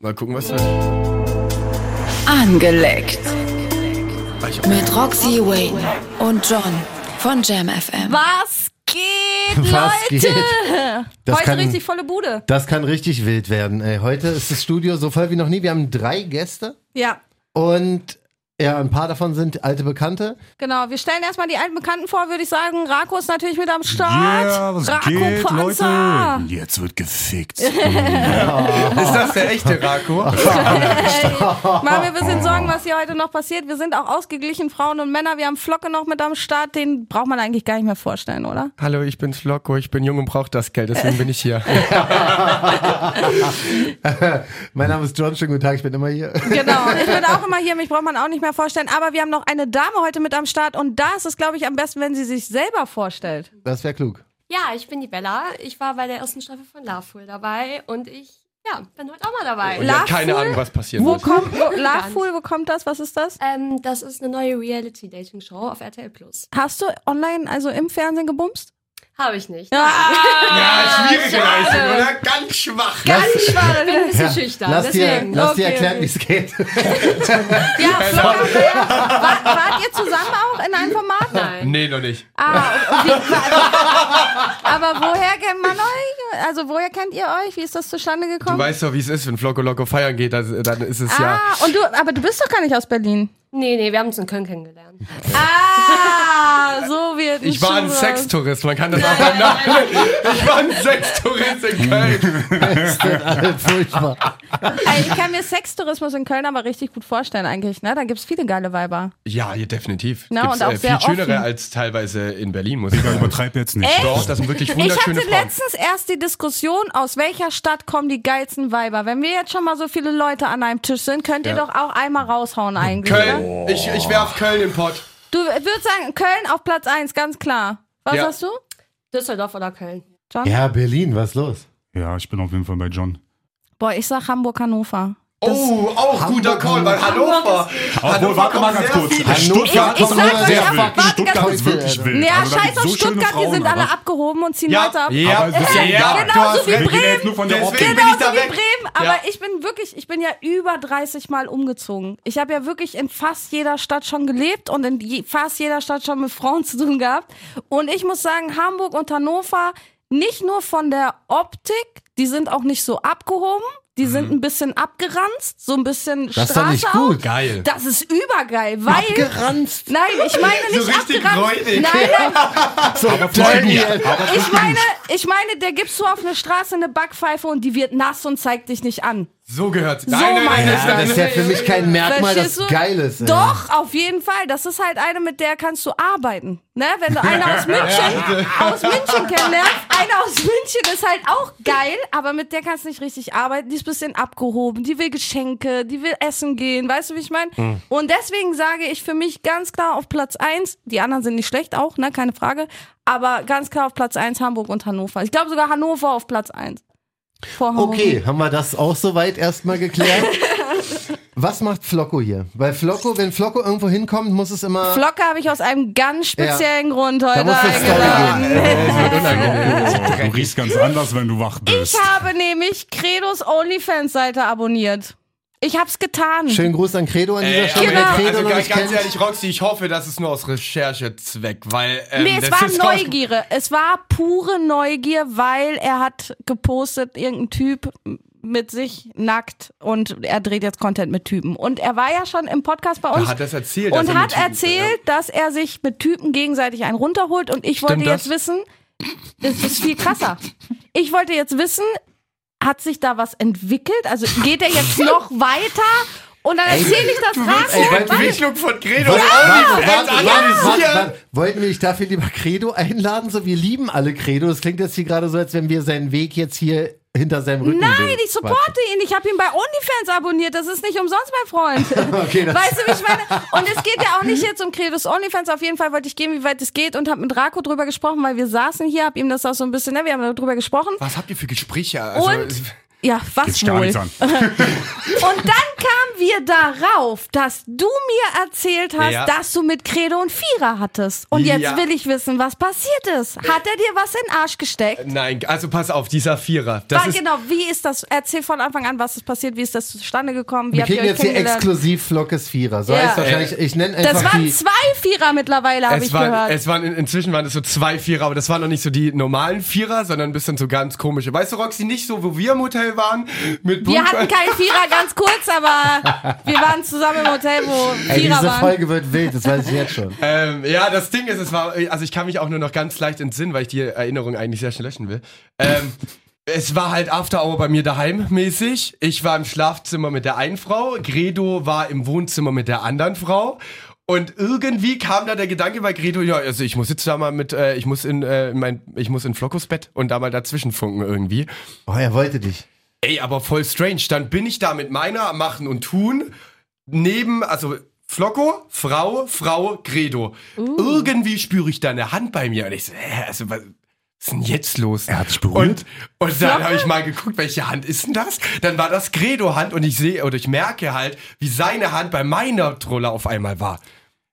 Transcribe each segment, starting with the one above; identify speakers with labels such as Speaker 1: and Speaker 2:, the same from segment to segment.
Speaker 1: Mal gucken, was wird.
Speaker 2: Angeleckt.
Speaker 1: Ah, ich hab-
Speaker 2: Mit Roxy Wayne und John von Jam FM.
Speaker 3: Was geht,
Speaker 4: Was
Speaker 3: Leute?
Speaker 4: geht? Das
Speaker 3: Heute
Speaker 4: kann-
Speaker 3: richtig volle Bude.
Speaker 4: Das kann richtig wild werden. Ey, heute ist das Studio so voll wie noch nie. Wir haben drei Gäste
Speaker 3: Ja,
Speaker 4: und ja, ein paar davon sind alte Bekannte.
Speaker 3: genau. Wir stellen erstmal die alten Bekannten vor, würde ich sagen. Rako ist natürlich mit am Start.
Speaker 5: Yeah, was
Speaker 3: Rako
Speaker 5: geht,
Speaker 3: Panzer.
Speaker 5: Leute? Jetzt wird gefickt.
Speaker 1: Ist das der echte Rako?
Speaker 3: Ey, mach mir ein bisschen Sorgen, was hier heute noch passiert. Wir sind auch ausgeglichen, Frauen und Männer. Wir haben Flocke noch mit am Start. Den braucht man eigentlich gar nicht mehr vorstellen, oder?
Speaker 1: Hallo, ich bin Flocko, ich bin jung und brauche das Geld, deswegen bin ich hier.
Speaker 3: Äh,
Speaker 4: Mein Name ist John, schönen guten Tag, ich bin immer hier.
Speaker 3: Genau. Ich bin auch immer hier, mich braucht man auch nicht mehr vorstellen. Aber wir haben noch eine Dame heute mit am Start. Und da ist es, glaube ich, am besten, wenn sie sich selber vorstellt.
Speaker 4: Das wäre klug.
Speaker 6: Ja, ich bin die Bella. Ich war bei der ersten Staffel von Loveful dabei und ich, ja, bin heute auch mal dabei.
Speaker 3: La-
Speaker 1: Ja, keine Ahnung, was passieren
Speaker 3: Wo
Speaker 1: wird.
Speaker 3: kommt wo, Loveful, wo kommt das? Was ist das?
Speaker 6: ähm, das ist eine neue Reality-Dating-Show auf RTL Plus.
Speaker 3: Hast du online, also im Fernsehen gebumst?
Speaker 6: Habe ich nicht.
Speaker 1: Ja, schwierige Leistung, oder? Ganz schwach.
Speaker 6: Ganz schwach. Ich bin ein bisschen schüchtern.
Speaker 4: Lass dir,
Speaker 6: deswegen.
Speaker 4: lass dir
Speaker 3: Okay,
Speaker 4: erklären,
Speaker 3: okay.
Speaker 4: wie es
Speaker 3: Ja,
Speaker 4: geht.
Speaker 3: Florian, Florian, wart, wart ihr zusammen auch in einem Format?
Speaker 6: Nein.
Speaker 1: Nee, noch nicht.
Speaker 3: Ah, okay. warte. Aber woher kennt man euch? Also woher kennt ihr euch? Wie ist das zustande
Speaker 1: Du
Speaker 3: gekommen?
Speaker 1: weißt doch, wie es ist, wenn Flocko Loco feiern geht, das, dann ist es ja...
Speaker 3: ah, und du, aber du bist doch gar nicht aus Berlin.
Speaker 6: Nee, nee, wir haben uns in Köln kennengelernt.
Speaker 3: Ah, so wird ein
Speaker 1: Ich war ein
Speaker 3: Schuh.
Speaker 1: Sextourist, man kann das auch mal nachlesen. Ich war ein Sextourist in Köln.
Speaker 4: Furchtbar.
Speaker 3: Ey, Ich kann mir Sextourismus in Köln aber richtig gut vorstellen eigentlich, ne? Da gibt's viele geile Weiber.
Speaker 1: Ja, ja definitiv.
Speaker 3: Na,
Speaker 1: Gibt's,
Speaker 3: und auch
Speaker 1: äh,
Speaker 3: sehr
Speaker 1: viel schönere
Speaker 3: offen.
Speaker 1: als teilweise in Berlin, muss ich
Speaker 5: Ja,
Speaker 1: sagen.
Speaker 5: Übertreib jetzt nicht.
Speaker 1: Doch, das sind wirklich
Speaker 3: Ich hatte
Speaker 1: wunderschöne Frauen.
Speaker 3: letztens erst die Diskussion, aus welcher Stadt kommen die geilsten Weiber. Wenn wir jetzt schon mal so viele Leute an einem Tisch sind, könnt ihr
Speaker 1: Ja.
Speaker 3: doch auch einmal raushauen eigentlich. Oder?
Speaker 1: Köln, ich, ich werf Köln in den Pott.
Speaker 3: Du äh, würdest sagen, Köln auf Platz 1, ganz klar. Was
Speaker 1: Ja.
Speaker 3: hast du?
Speaker 6: Düsseldorf oder Köln.
Speaker 4: Ja, Berlin, was ist los?
Speaker 5: Ja, ich bin auf jeden Fall bei John.
Speaker 3: Boah, ich sag Hamburg-Hannover.
Speaker 1: Oh, auch guter Call, weil Hannover.
Speaker 5: Obwohl, warte mal ganz kurz. Stuttgart
Speaker 3: Ich- ich
Speaker 5: ist
Speaker 3: sag euch
Speaker 5: sehr
Speaker 3: aber-
Speaker 5: wild.
Speaker 3: warte
Speaker 5: Stuttgart
Speaker 3: ganz
Speaker 5: ist
Speaker 4: kurz.
Speaker 5: wirklich wild.
Speaker 3: Ja,
Speaker 5: Also, da
Speaker 3: scheiß
Speaker 5: gibt's
Speaker 3: auf
Speaker 5: so schöne
Speaker 3: Stuttgart, die
Speaker 5: Frauen,
Speaker 3: sind alle
Speaker 5: aber-
Speaker 3: abgehoben und ziehen
Speaker 1: Ja,
Speaker 3: Leute ab.
Speaker 1: ja,
Speaker 5: Aber es ist
Speaker 1: ja,
Speaker 5: ja
Speaker 1: genau
Speaker 5: egal.
Speaker 1: du hast
Speaker 3: Genauso wie
Speaker 1: recht.
Speaker 5: Wir gehen jetzt nur von der
Speaker 1: Deswegen-
Speaker 5: Optik.
Speaker 1: bin ich
Speaker 3: Genauso
Speaker 1: da
Speaker 3: wie
Speaker 1: weg.
Speaker 3: Bremen, aber
Speaker 1: Ja.
Speaker 3: ich bin wirklich, ich bin ja über 30 Mal umgezogen. Ich habe ja wirklich in fast jeder Stadt schon gelebt und in je, fast jeder Stadt schon mit Frauen zu tun gehabt. Und ich muss sagen, Hamburg und Hannover, nicht nur von der Optik, die sind auch nicht so abgehoben, die sind ein bisschen abgeranzt, so ein bisschen
Speaker 4: Das ist doch
Speaker 3: Straße
Speaker 4: nicht
Speaker 3: auch.
Speaker 4: gut.
Speaker 1: Geil.
Speaker 3: Das ist übergeil, weil.
Speaker 4: Abgeranzt.
Speaker 3: Nein, ich meine
Speaker 1: So
Speaker 3: nicht
Speaker 1: richtig
Speaker 3: abgeranzt.
Speaker 1: räudig.
Speaker 3: Nein, nein,
Speaker 4: So,
Speaker 5: Voll
Speaker 4: Berlin.
Speaker 5: gut. Aber
Speaker 3: ich meine, ich meine, der gibst du auf eine Straße eine Backpfeife und die wird nass und zeigt dich nicht an.
Speaker 1: So gehört's. Nein,
Speaker 3: So
Speaker 1: nein, nein,
Speaker 3: meine
Speaker 1: nein,
Speaker 3: ich
Speaker 4: Das
Speaker 1: nein,
Speaker 4: ist
Speaker 1: nein.
Speaker 4: ja für mich kein Merkmal, das
Speaker 3: Verstehst du?
Speaker 4: geil ist. ey.
Speaker 3: Doch, auf jeden Fall. Das ist halt eine, mit der kannst du arbeiten. Ne? Wenn du eine aus München, aus München kennenlernst, eine aus München ist halt auch geil, aber mit der kannst du nicht richtig arbeiten. Die ist ein bisschen abgehoben, die will Geschenke, die will essen gehen, weißt du, wie ich meine? Und deswegen sage ich für mich ganz klar auf Platz eins. die anderen sind nicht schlecht auch, ne? keine Frage, aber ganz klar auf Platz eins Hamburg und Hannover. Ich glaube sogar Hannover auf Platz eins. Vor Hamburg.
Speaker 4: Okay, haben wir das auch soweit erstmal geklärt? Was macht Flocko hier? Weil Flocko, wenn Flocko irgendwo hinkommt, muss es immer.
Speaker 3: Flocke habe ich aus einem ganz speziellen Grund heute
Speaker 4: muss es
Speaker 3: eingeladen.
Speaker 5: Du riechst ganz anders, wenn du wach bist.
Speaker 3: Ich habe nämlich Credos OnlyFans-Seite abonniert. Ich hab's getan.
Speaker 4: Schönen Gruß an Credo an dieser
Speaker 1: Ey,
Speaker 4: Stelle.
Speaker 1: aber
Speaker 4: Wer
Speaker 1: jetzt-
Speaker 4: Credo
Speaker 1: Also
Speaker 4: noch
Speaker 1: ganz,
Speaker 4: nicht
Speaker 1: ganz
Speaker 4: kennt.
Speaker 1: ehrlich, Roxy, ich hoffe, das ist nur aus Recherchezweck, weil ähm,
Speaker 3: Nee, es
Speaker 1: das
Speaker 3: war
Speaker 1: ist raus-
Speaker 3: Neugierde. Es war pure Neugier, weil er hat gepostet, irgendein Typ mit sich nackt und er dreht jetzt Content mit Typen. Und er war ja schon im Podcast bei uns
Speaker 1: Er hat das erzählt. dass
Speaker 3: und
Speaker 1: er mit
Speaker 3: hat
Speaker 1: Typen-
Speaker 3: erzählt, dass er sich mit Typen gegenseitig einen runterholt. Und ich wollte
Speaker 1: Stimmt das?
Speaker 3: jetzt wissen, das ist viel krasser. Ich wollte jetzt wissen, hat sich da was entwickelt? Also geht er jetzt noch weiter? Und dann erzähle ich das
Speaker 4: ey,
Speaker 3: Raku.
Speaker 4: warte,
Speaker 1: Die Entwicklung von Credo.
Speaker 4: Warte, warte,
Speaker 1: Fans
Speaker 4: warte, warte,
Speaker 1: analysieren.
Speaker 4: warte. Wollten wir dich dafür lieber Credo einladen? So, wir lieben alle Credo. Das klingt jetzt hier gerade so, als wenn wir seinen Weg jetzt hier hinter seinem Rücken
Speaker 3: Nein,
Speaker 4: sehen.
Speaker 3: ich supporte ihn. Ich habe ihn bei OnlyFans abonniert. Das ist nicht umsonst, mein Freund.
Speaker 4: Okay, das
Speaker 3: Weißt du, wie ich meine? Und es geht ja auch nicht jetzt um Credos OnlyFans. Auf jeden Fall wollte ich gehen, wie weit es geht und habe mit Rako drüber gesprochen, weil wir saßen hier, habe ihm das auch so ein bisschen, ne, wir haben darüber gesprochen.
Speaker 1: Was habt ihr für Gespräche? Also,
Speaker 3: Und Ja, was
Speaker 5: Jetzt
Speaker 3: wohl.
Speaker 5: gar nichts
Speaker 3: Und
Speaker 5: an.
Speaker 3: dann kamen wir darauf, dass du mir erzählt hast,
Speaker 1: Ja.
Speaker 3: dass du mit Credo und Vierer hattest. Und jetzt
Speaker 1: Ja.
Speaker 3: will ich wissen, was passiert ist. Hat er dir was in den Arsch gesteckt?
Speaker 1: Nein, also pass auf, dieser Vierer. Das
Speaker 3: War,
Speaker 1: ist,
Speaker 3: genau, wie ist das? Erzähl von Anfang an, was ist passiert, wie ist das zustande gekommen, wie
Speaker 4: Wir
Speaker 3: habt ihr
Speaker 4: kriegen
Speaker 3: euch
Speaker 4: jetzt hier
Speaker 3: kennengelernt?
Speaker 4: exklusiv Flockes Vierer. So
Speaker 3: Ja.
Speaker 4: heißt wahrscheinlich, ich nenne einfach
Speaker 3: Das waren
Speaker 4: die.
Speaker 3: zwei Vierer mittlerweile, habe
Speaker 1: es
Speaker 3: ich
Speaker 1: waren,
Speaker 3: gehört.
Speaker 1: es waren, in- inzwischen waren es so zwei Vierer, aber das waren noch nicht so die normalen Vierer, sondern ein bisschen so ganz komische. Weißt du, Roxy, nicht so, wo wir im Hotel waren, mit
Speaker 3: wir
Speaker 1: Bunt-
Speaker 3: hatten keinen Vierer ganz kurz, aber wir waren zusammen im Hotel, wo
Speaker 4: Ey,
Speaker 3: Vierer
Speaker 4: diese
Speaker 3: waren.
Speaker 4: Folge wird wild, das weiß ich jetzt schon.
Speaker 1: Ähm, ja, das Ding ist, es war, also ich kann mich auch nur noch ganz leicht entsinnen, weil ich die Erinnerung eigentlich sehr schnell löschen will. Ähm, es war halt After Hour bei mir daheim mäßig. Ich war im Schlafzimmer mit der einen Frau, Gredo war im Wohnzimmer mit der anderen Frau. Und irgendwie kam da der Gedanke bei Gredo, ja, also ich muss jetzt da mal mit, äh, ich muss in äh, mein, ich muss in Flocos Bett und da mal dazwischen funken irgendwie.
Speaker 4: Oh, er wollte dich.
Speaker 1: Ey, aber voll strange. Dann bin ich da mit meiner am Machen und Tun neben, also Flocko, Frau, Frau, Credo. Irgendwie spüre ich da eine Hand bei mir und ich so, hä, also was ist denn jetzt los?
Speaker 5: Er hat's berührt?
Speaker 1: Und, und dann habe ich mal geguckt, welche Hand ist denn das? Dann war das Credo-Hand und ich sehe oder ich merke halt, wie seine Hand bei meiner Trolle auf einmal war.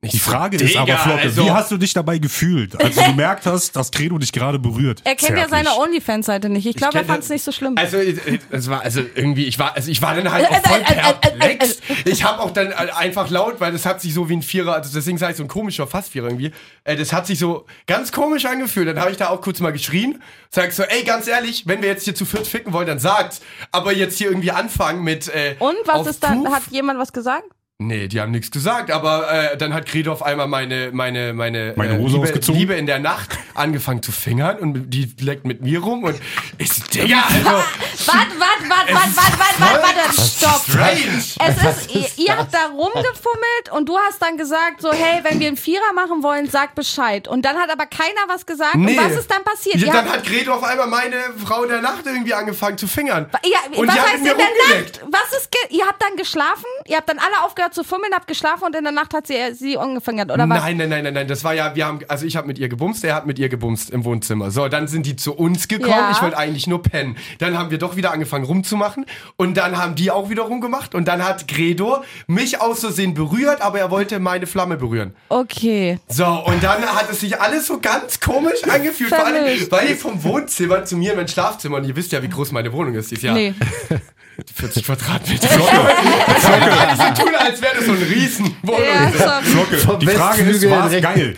Speaker 5: Die Frage ist
Speaker 1: Digga,
Speaker 5: aber, Flocke,
Speaker 1: also-
Speaker 5: wie hast du dich dabei gefühlt, als du gemerkt hast, dass Credo dich gerade berührt?
Speaker 3: Er kennt ja
Speaker 5: Zärtlich.
Speaker 3: seine OnlyFans-Seite nicht. Ich glaube, er
Speaker 1: kenn
Speaker 3: fand es
Speaker 1: das-
Speaker 3: nicht so schlimm.
Speaker 1: Also, äh, äh, es war, also irgendwie, ich war, also ich war dann halt auch voll
Speaker 3: Äh, äh, äh, äh, äh,
Speaker 1: perplex. Ich habe auch dann äh, einfach laut, weil das hat sich so wie ein Vierer, also deswegen sage ich so ein komischer Fassvierer irgendwie, äh, das hat sich so ganz komisch angefühlt. Dann habe ich da auch kurz mal geschrien, sag so, ey, ganz ehrlich, wenn wir jetzt hier zu viert ficken wollen, dann sagt's. Aber jetzt hier irgendwie anfangen mit, äh,
Speaker 3: Und
Speaker 1: auf
Speaker 3: was ist dann?
Speaker 1: Puff?
Speaker 3: Hat jemand was gesagt?
Speaker 1: Nee, die haben nichts gesagt, aber äh, dann hat Gredo auf einmal meine, meine, meine,
Speaker 5: Meine
Speaker 1: äh,
Speaker 5: Hose
Speaker 1: Liebe,
Speaker 5: ausgezogen?
Speaker 1: Liebe in der Nacht angefangen zu fingern und die leckt mit mir rum und ich so, Digga, also,
Speaker 3: Warte, warte, warte, warte, warte, warte, warte, warte, stopp.
Speaker 1: strange.
Speaker 3: Es ist, ihr, ihr habt da rumgefummelt und du hast dann gesagt, so, hey, wenn wir einen Vierer machen wollen, sag Bescheid. Und dann hat aber keiner was gesagt.
Speaker 1: Nee.
Speaker 3: Und was ist dann passiert?
Speaker 1: Ja,
Speaker 3: Ihr
Speaker 1: dann
Speaker 3: habt-
Speaker 1: hat Gretel auf einmal meine Frau der Nacht irgendwie angefangen zu fingern.
Speaker 3: ja,
Speaker 1: und
Speaker 3: was
Speaker 1: die hat mit
Speaker 3: heißt
Speaker 1: mir
Speaker 3: in der
Speaker 1: rumgeleckt.
Speaker 3: Nacht? Was ist ge ihr habt dann geschlafen, ihr habt dann alle aufgehört zu fummeln, habt geschlafen und in der Nacht hat sie äh, sie angefangen, oder was?
Speaker 1: Nein, nein, nein, nein, nein. Das war ja, wir haben, also ich habe mit ihr gebumst, er hat mit ihr gebumst im Wohnzimmer. So, dann sind die zu uns gekommen.
Speaker 3: Ja.
Speaker 1: Ich wollte eigentlich nur pennen. Dann haben wir doch wieder angefangen rumzumachen und dann haben die auch wieder rumgemacht und dann hat Gredo mich aus Versehen berührt, aber er wollte meine Flamme berühren.
Speaker 3: Okay.
Speaker 1: So, und dann hat es sich alles so ganz komisch angefühlt. Vor allem,
Speaker 3: Vermischt.
Speaker 1: weil ihr vom Wohnzimmer zu mir in mein Schlafzimmer und ihr wisst ja, wie groß meine Wohnung ist. Die ist ja
Speaker 3: Nee.
Speaker 1: 40 Quadratmeter. Ich wollte gar nicht so tun, als wäre das so ein Riesenwohnung.
Speaker 3: Ja, sorry.
Speaker 5: Flocke,
Speaker 4: Vom
Speaker 5: die Frage ist,
Speaker 4: Westflügel
Speaker 5: war's
Speaker 4: rechts.
Speaker 5: geil?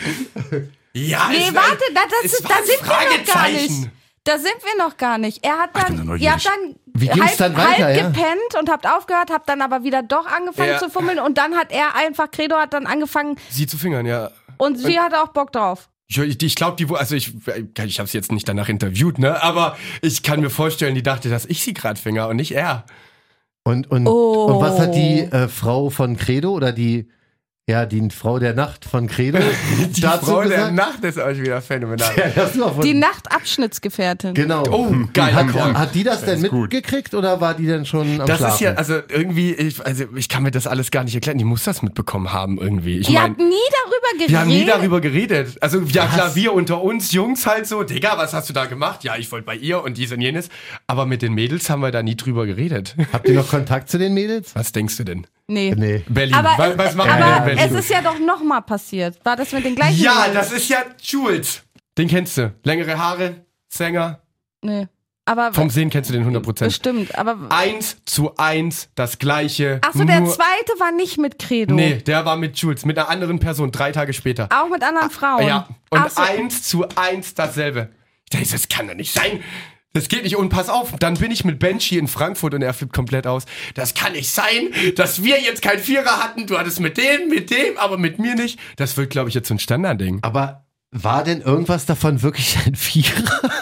Speaker 1: Ja,
Speaker 3: Nee,
Speaker 1: es-
Speaker 3: warte, da, das
Speaker 1: es
Speaker 3: ist,
Speaker 1: war
Speaker 3: da
Speaker 1: ein
Speaker 3: sind wir noch gar
Speaker 1: Fragezeichen.
Speaker 3: nicht. Da sind wir noch gar nicht. Er hat
Speaker 5: ich
Speaker 3: dann,
Speaker 5: bin so
Speaker 3: ihr
Speaker 5: neugierig.
Speaker 3: habt dann,
Speaker 4: Wie ging's
Speaker 3: halb,
Speaker 4: dann weiter,
Speaker 3: halb
Speaker 4: ja?
Speaker 3: gepennt und habt aufgehört, habt dann aber wieder doch angefangen
Speaker 1: Ja.
Speaker 3: zu fummeln und dann hat er einfach, Credo hat dann angefangen
Speaker 1: Sie zu fingern, ja.
Speaker 3: und sie hatte auch Bock drauf.
Speaker 1: Ich, ich, ich glaube, die, wo- also ich, ich habe sie jetzt nicht danach interviewt, ne? Aber ich kann mir vorstellen, die dachte, dass ich sie gerade finger und nicht er.
Speaker 4: Und, und,
Speaker 3: Oh.
Speaker 4: und was hat die äh, Frau von Credo oder die, ja, die Frau der Nacht von Credo
Speaker 1: Die Frau der Nacht ist euch wieder phänomenal.
Speaker 4: Ja, das war von,
Speaker 3: Die Nachtabschnittsgefährtin.
Speaker 4: genau.
Speaker 1: Oh, geil.
Speaker 4: Hat,
Speaker 1: Ja.
Speaker 4: hat die das denn
Speaker 5: ist gut.
Speaker 4: mitgekriegt oder war die denn schon am
Speaker 1: Das
Speaker 4: Schlafen?
Speaker 1: ist ja, also irgendwie, ich, also ich kann mir das alles gar nicht erklären. Die muss das mitbekommen haben irgendwie. Ich
Speaker 3: Ihr
Speaker 1: mein,
Speaker 3: habt nie darüber geredet.
Speaker 1: Wir haben nie darüber geredet. Also, ja, klar, wir unter uns Jungs halt so, Digga, was hast du da gemacht? Ja, ich wollte bei ihr und dies und jenes. Aber mit den Mädels haben wir da nie drüber geredet.
Speaker 4: Habt ihr noch Kontakt zu den Mädels?
Speaker 1: Was denkst du denn?
Speaker 3: Nee.
Speaker 4: Nee.
Speaker 1: Berlin.
Speaker 3: Aber,
Speaker 1: was, was machen wir
Speaker 3: aber
Speaker 1: denn in
Speaker 3: es
Speaker 1: Berlin?
Speaker 3: ist ja doch nochmal passiert. War das mit den gleichen?
Speaker 1: ja,
Speaker 3: Mädels?
Speaker 1: das ist ja Jules. Den kennst du. Längere Haare, Sänger.
Speaker 3: Nee. Aber
Speaker 1: Vom Sehen kennst du den 100%.
Speaker 3: bestimmt. Aber.
Speaker 1: Eins zu eins, das gleiche.
Speaker 3: Achso, der
Speaker 1: nur-
Speaker 3: zweite war nicht mit Credo.
Speaker 1: Nee, der war mit Jules, mit einer anderen Person, drei Tage später.
Speaker 3: Auch mit anderen Frauen.
Speaker 1: Ah, Ja, und
Speaker 3: Ah, Ach so.
Speaker 1: eins zu eins dasselbe. Ich dachte, das kann doch nicht sein. Das geht nicht und pass auf, dann bin ich mit Benji in Frankfurt und er flippt komplett aus. Das kann nicht sein, dass wir jetzt kein Vierer hatten. Du hattest mit dem, mit dem, aber mit mir nicht. Das wird, glaube ich, jetzt so ein Standardding.
Speaker 4: Aber war denn irgendwas davon wirklich ein Vierer?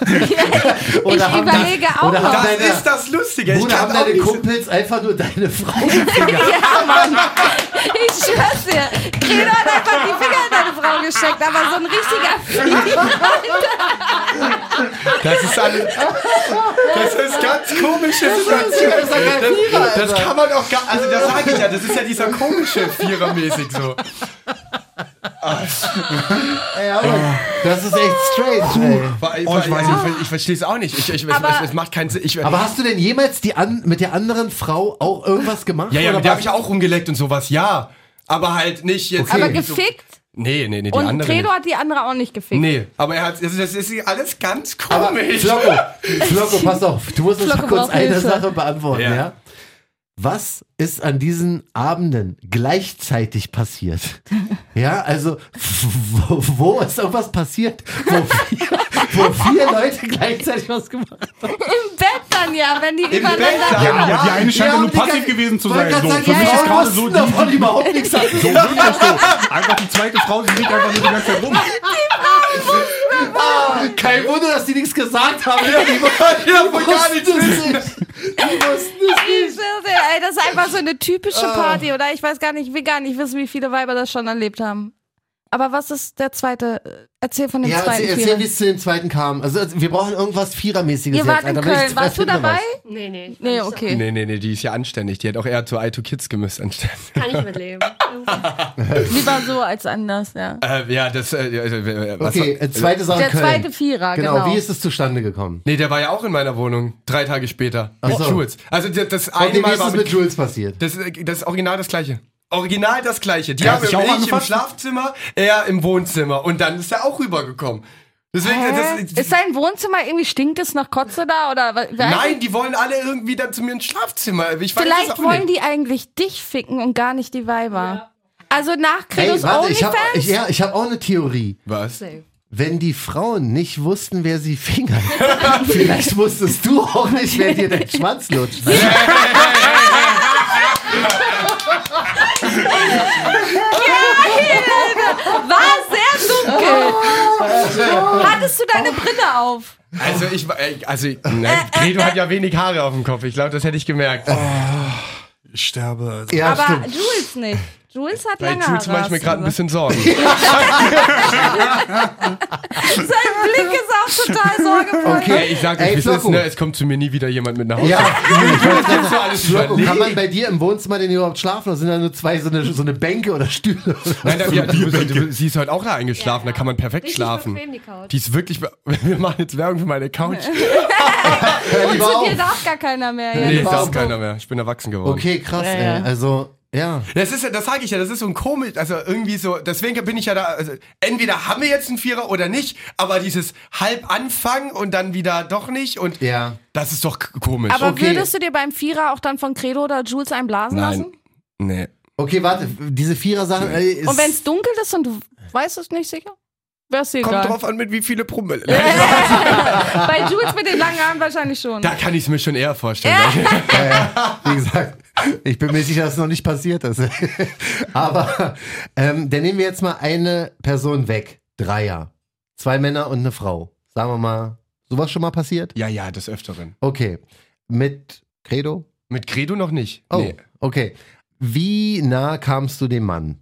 Speaker 3: Ich
Speaker 4: Oder haben
Speaker 3: überlege
Speaker 4: das-
Speaker 3: auch
Speaker 4: oder
Speaker 3: noch.
Speaker 4: haben
Speaker 1: Das
Speaker 4: deine-
Speaker 1: ist das Lustige. Ich
Speaker 4: Bruder,
Speaker 1: kann
Speaker 4: haben
Speaker 1: auch
Speaker 4: deine
Speaker 1: nicht
Speaker 4: Kumpels einfach nur deine Frau gefickt?
Speaker 3: Ja, Mann. Ich schwör's dir. Credo hat einfach die Finger in deine Frau gesteckt, aber so ein richtiger
Speaker 1: Das ist alles. Das ist ganz komisch. Das, ist ganz
Speaker 4: das ist doch kein Vierer,
Speaker 1: das, das kann man auch gar. Also, das sage ich ja. Das ist ja dieser komische Vierermäßig so.
Speaker 4: Ey, aber das ist echt strange, ey.
Speaker 1: Vor allem-
Speaker 5: Oh, ich
Speaker 1: vor allem-
Speaker 5: weiß
Speaker 1: also, ich, ich verstehe es auch nicht. Ich, ich, es-
Speaker 3: Aber-
Speaker 1: es, es macht keinen Sinn. Ich,
Speaker 4: Aber hast du denn jemals die an, mit der anderen Frau auch irgendwas gemacht?
Speaker 1: ja, ja,
Speaker 4: oder
Speaker 1: mit der
Speaker 4: was?
Speaker 1: habe ich auch rumgeleckt und sowas, ja. Aber halt nicht jetzt.
Speaker 4: Okay.
Speaker 3: Aber
Speaker 4: Nee,
Speaker 3: gefickt
Speaker 1: Nee, nee, nee, die
Speaker 3: und
Speaker 1: andere.
Speaker 3: Credo hat die andere auch nicht gefickt.
Speaker 1: Nee, aber er hat, das ist, das ist alles ganz
Speaker 4: Aber
Speaker 1: komisch.
Speaker 4: Flocko, Flocko, pass auf, du musst uns
Speaker 3: Flocko
Speaker 4: kurz
Speaker 3: braucht
Speaker 4: eine
Speaker 3: Hilfe.
Speaker 4: Sache beantworten, ja.
Speaker 5: Ja.
Speaker 4: Was ist an diesen Abenden gleichzeitig passiert? Ja, also wo, wo ist irgendwas passiert, wo vier, wo vier Leute gleichzeitig was gemacht haben?
Speaker 3: Im Bett dann ja, wenn die
Speaker 1: Im Bett
Speaker 3: übereinander.
Speaker 1: dann.
Speaker 5: Ja, aber die eine scheint
Speaker 4: Ja,
Speaker 5: ja nur
Speaker 4: die kann-
Speaker 5: passiv gewesen zu
Speaker 4: Wollte
Speaker 5: sein.
Speaker 4: gerade
Speaker 5: So,
Speaker 4: sagen,
Speaker 5: für mich
Speaker 4: ja,
Speaker 5: ist
Speaker 4: ja,
Speaker 5: gerade
Speaker 4: wir
Speaker 5: so
Speaker 4: wussten
Speaker 5: die,
Speaker 4: davon überhaupt nichts. Also,
Speaker 5: so wirkt das so. Einfach die zweite Frau, die liegt einfach nur die ganze Zeit rum.
Speaker 4: Kein Wunder, dass die nichts gesagt haben. Die
Speaker 1: ja, wohl gar nichts.
Speaker 4: wussten es nicht. Die wussten es nicht.
Speaker 3: Ich schwöre dir, Ey, das ist einfach so eine typische
Speaker 4: Ah.
Speaker 3: Party, oder? Ich weiß gar nicht, ich will gar nicht wissen, wie viele Weiber das schon erlebt haben. Aber was ist der zweite? äh, Erzähl von dem
Speaker 4: Ja,
Speaker 3: zweiten.
Speaker 4: erzähl, erzähl wie es zu dem zweiten kam. Also, also wir brauchen irgendwas Vierermäßiges
Speaker 3: Ihr
Speaker 4: jetzt.
Speaker 3: wart in
Speaker 4: Alter, wenn ich
Speaker 3: Köln. Warst du
Speaker 4: finde,
Speaker 3: dabei?
Speaker 4: was.
Speaker 6: Nee, nee. ich
Speaker 3: Nee,
Speaker 6: kann nicht
Speaker 3: okay.
Speaker 1: Nee, nee, nee, die ist ja anständig. Die hätte auch eher zu I2 Kids gemüsst anstatt.
Speaker 6: so- Kann ich mitleben.
Speaker 3: Lieber so als anders, ja.
Speaker 1: Äh, ja, das. Äh, äh, äh, was
Speaker 4: Okay, äh, zweite Sache
Speaker 3: Der
Speaker 4: Köln.
Speaker 3: zweite Vierer,
Speaker 4: genau.
Speaker 3: genau.
Speaker 4: wie ist es zustande gekommen?
Speaker 1: Nee, der war ja auch in meiner Wohnung. Drei Tage später. Mit
Speaker 4: so.
Speaker 1: Jules. Also das, das eine
Speaker 4: Okay, wie
Speaker 1: Mal
Speaker 4: ist
Speaker 1: war
Speaker 4: es mit
Speaker 1: mit,
Speaker 4: Jules passiert?
Speaker 1: das, äh, das ist original das gleiche. Original das gleiche. Die
Speaker 5: Er hat
Speaker 1: haben
Speaker 5: sich
Speaker 1: ich,
Speaker 5: auch
Speaker 1: ich im
Speaker 5: angefasst?
Speaker 1: Schlafzimmer, er im Wohnzimmer. Und dann ist er auch rübergekommen. Deswegen,
Speaker 3: Hä?
Speaker 1: das,
Speaker 3: ist sein Wohnzimmer irgendwie stinkt es nach Kotze da oder wa-
Speaker 1: nein, die wollen alle irgendwie dann zu mir ins Schlafzimmer. Ich weiß
Speaker 3: Vielleicht
Speaker 1: das auch
Speaker 3: wollen
Speaker 1: nicht.
Speaker 3: die eigentlich dich ficken und gar nicht die Weiber. Also nach Credos
Speaker 4: ich habe
Speaker 3: Onlyfans?
Speaker 4: ich, ja, ich hab auch eine Theorie.
Speaker 1: Was?
Speaker 4: Wenn die Frauen nicht wussten, wer sie fingern, vielleicht wusstest du auch nicht, wer dir den Schwanz lutscht.
Speaker 3: War sehr dunkel. Hattest du deine Brille auf?
Speaker 1: Also ich war- äh, also nein, Credo hat ja wenig Haare auf dem Kopf. Ich glaube, das hätte ich gemerkt.
Speaker 5: Ich sterbe.
Speaker 4: Ja,
Speaker 3: Aber
Speaker 4: stimmt.
Speaker 3: Jules nicht. Jules hat
Speaker 1: Bei
Speaker 3: lange
Speaker 1: Jules
Speaker 3: Haare.
Speaker 1: mache ich mir gerade ein bisschen Sorgen.
Speaker 3: Sein Blick ist auch total sorgevoll.
Speaker 1: Okay, ich sag euch,
Speaker 4: Ey,
Speaker 1: wie es ist,
Speaker 4: Flocko.
Speaker 1: ne? Es kommt zu mir nie wieder jemand mit nach Hause.
Speaker 4: Ja,
Speaker 1: Das ist alles
Speaker 4: Flocko,
Speaker 1: überlegt.
Speaker 4: kann man bei dir im Wohnzimmer denn überhaupt schlafen? Oder sind da nur zwei so eine, so eine Bänke oder Stühle?
Speaker 1: Nein, da, ja, du, bist, du, sie ist heute auch da eingeschlafen, da kann man perfekt
Speaker 6: Richtig
Speaker 1: schlafen.
Speaker 6: bequem, die Couch.
Speaker 1: Die ist wirklich. be- Wir machen jetzt Werbung für meine Couch.
Speaker 4: Hör lieber
Speaker 3: Zu
Speaker 4: auf.
Speaker 3: dir darf gar keiner mehr.
Speaker 1: Nee,
Speaker 3: jetzt.
Speaker 1: das darf
Speaker 4: Warum?
Speaker 1: keiner mehr. Ich bin erwachsen geworden.
Speaker 4: Okay, krass,
Speaker 3: Ja,
Speaker 4: ey.
Speaker 3: ja.
Speaker 4: Also, ja.
Speaker 1: Das ist ja, das sage ich ja, das ist so ein komisch, also irgendwie so, deswegen bin ich ja da, also entweder haben wir jetzt einen Vierer oder nicht, aber dieses halb anfangen und dann wieder doch nicht und
Speaker 4: Ja.
Speaker 1: das ist doch k- komisch.
Speaker 3: Aber
Speaker 4: Okay.
Speaker 3: würdest du dir beim Vierer auch dann von Credo oder Jules einblasen
Speaker 1: Oh, Nein.
Speaker 3: lassen?
Speaker 1: Nee.
Speaker 4: Okay, warte, diese Vierer-Sachen. ey, ist-
Speaker 3: Und wenn es dunkel ist und du weißt es nicht sicher? Wär's dir
Speaker 1: Kommt
Speaker 3: egal.
Speaker 1: drauf an, mit wie viele Promille.
Speaker 3: Bei Jules mit den langen Haaren wahrscheinlich schon.
Speaker 1: Da kann ich es mir schon eher vorstellen.
Speaker 4: Wie gesagt, ich bin mir sicher, dass es noch nicht passiert ist. Aber ähm, dann nehmen wir jetzt mal eine Person weg. Dreier. Zwei Männer und eine Frau. Sagen wir mal, sowas schon mal passiert?
Speaker 1: Ja, ja, des Öfteren.
Speaker 4: Okay. Mit Credo?
Speaker 1: Mit Credo noch nicht.
Speaker 4: Oh,
Speaker 1: Nee.
Speaker 4: okay. Wie nah kamst du dem Mann?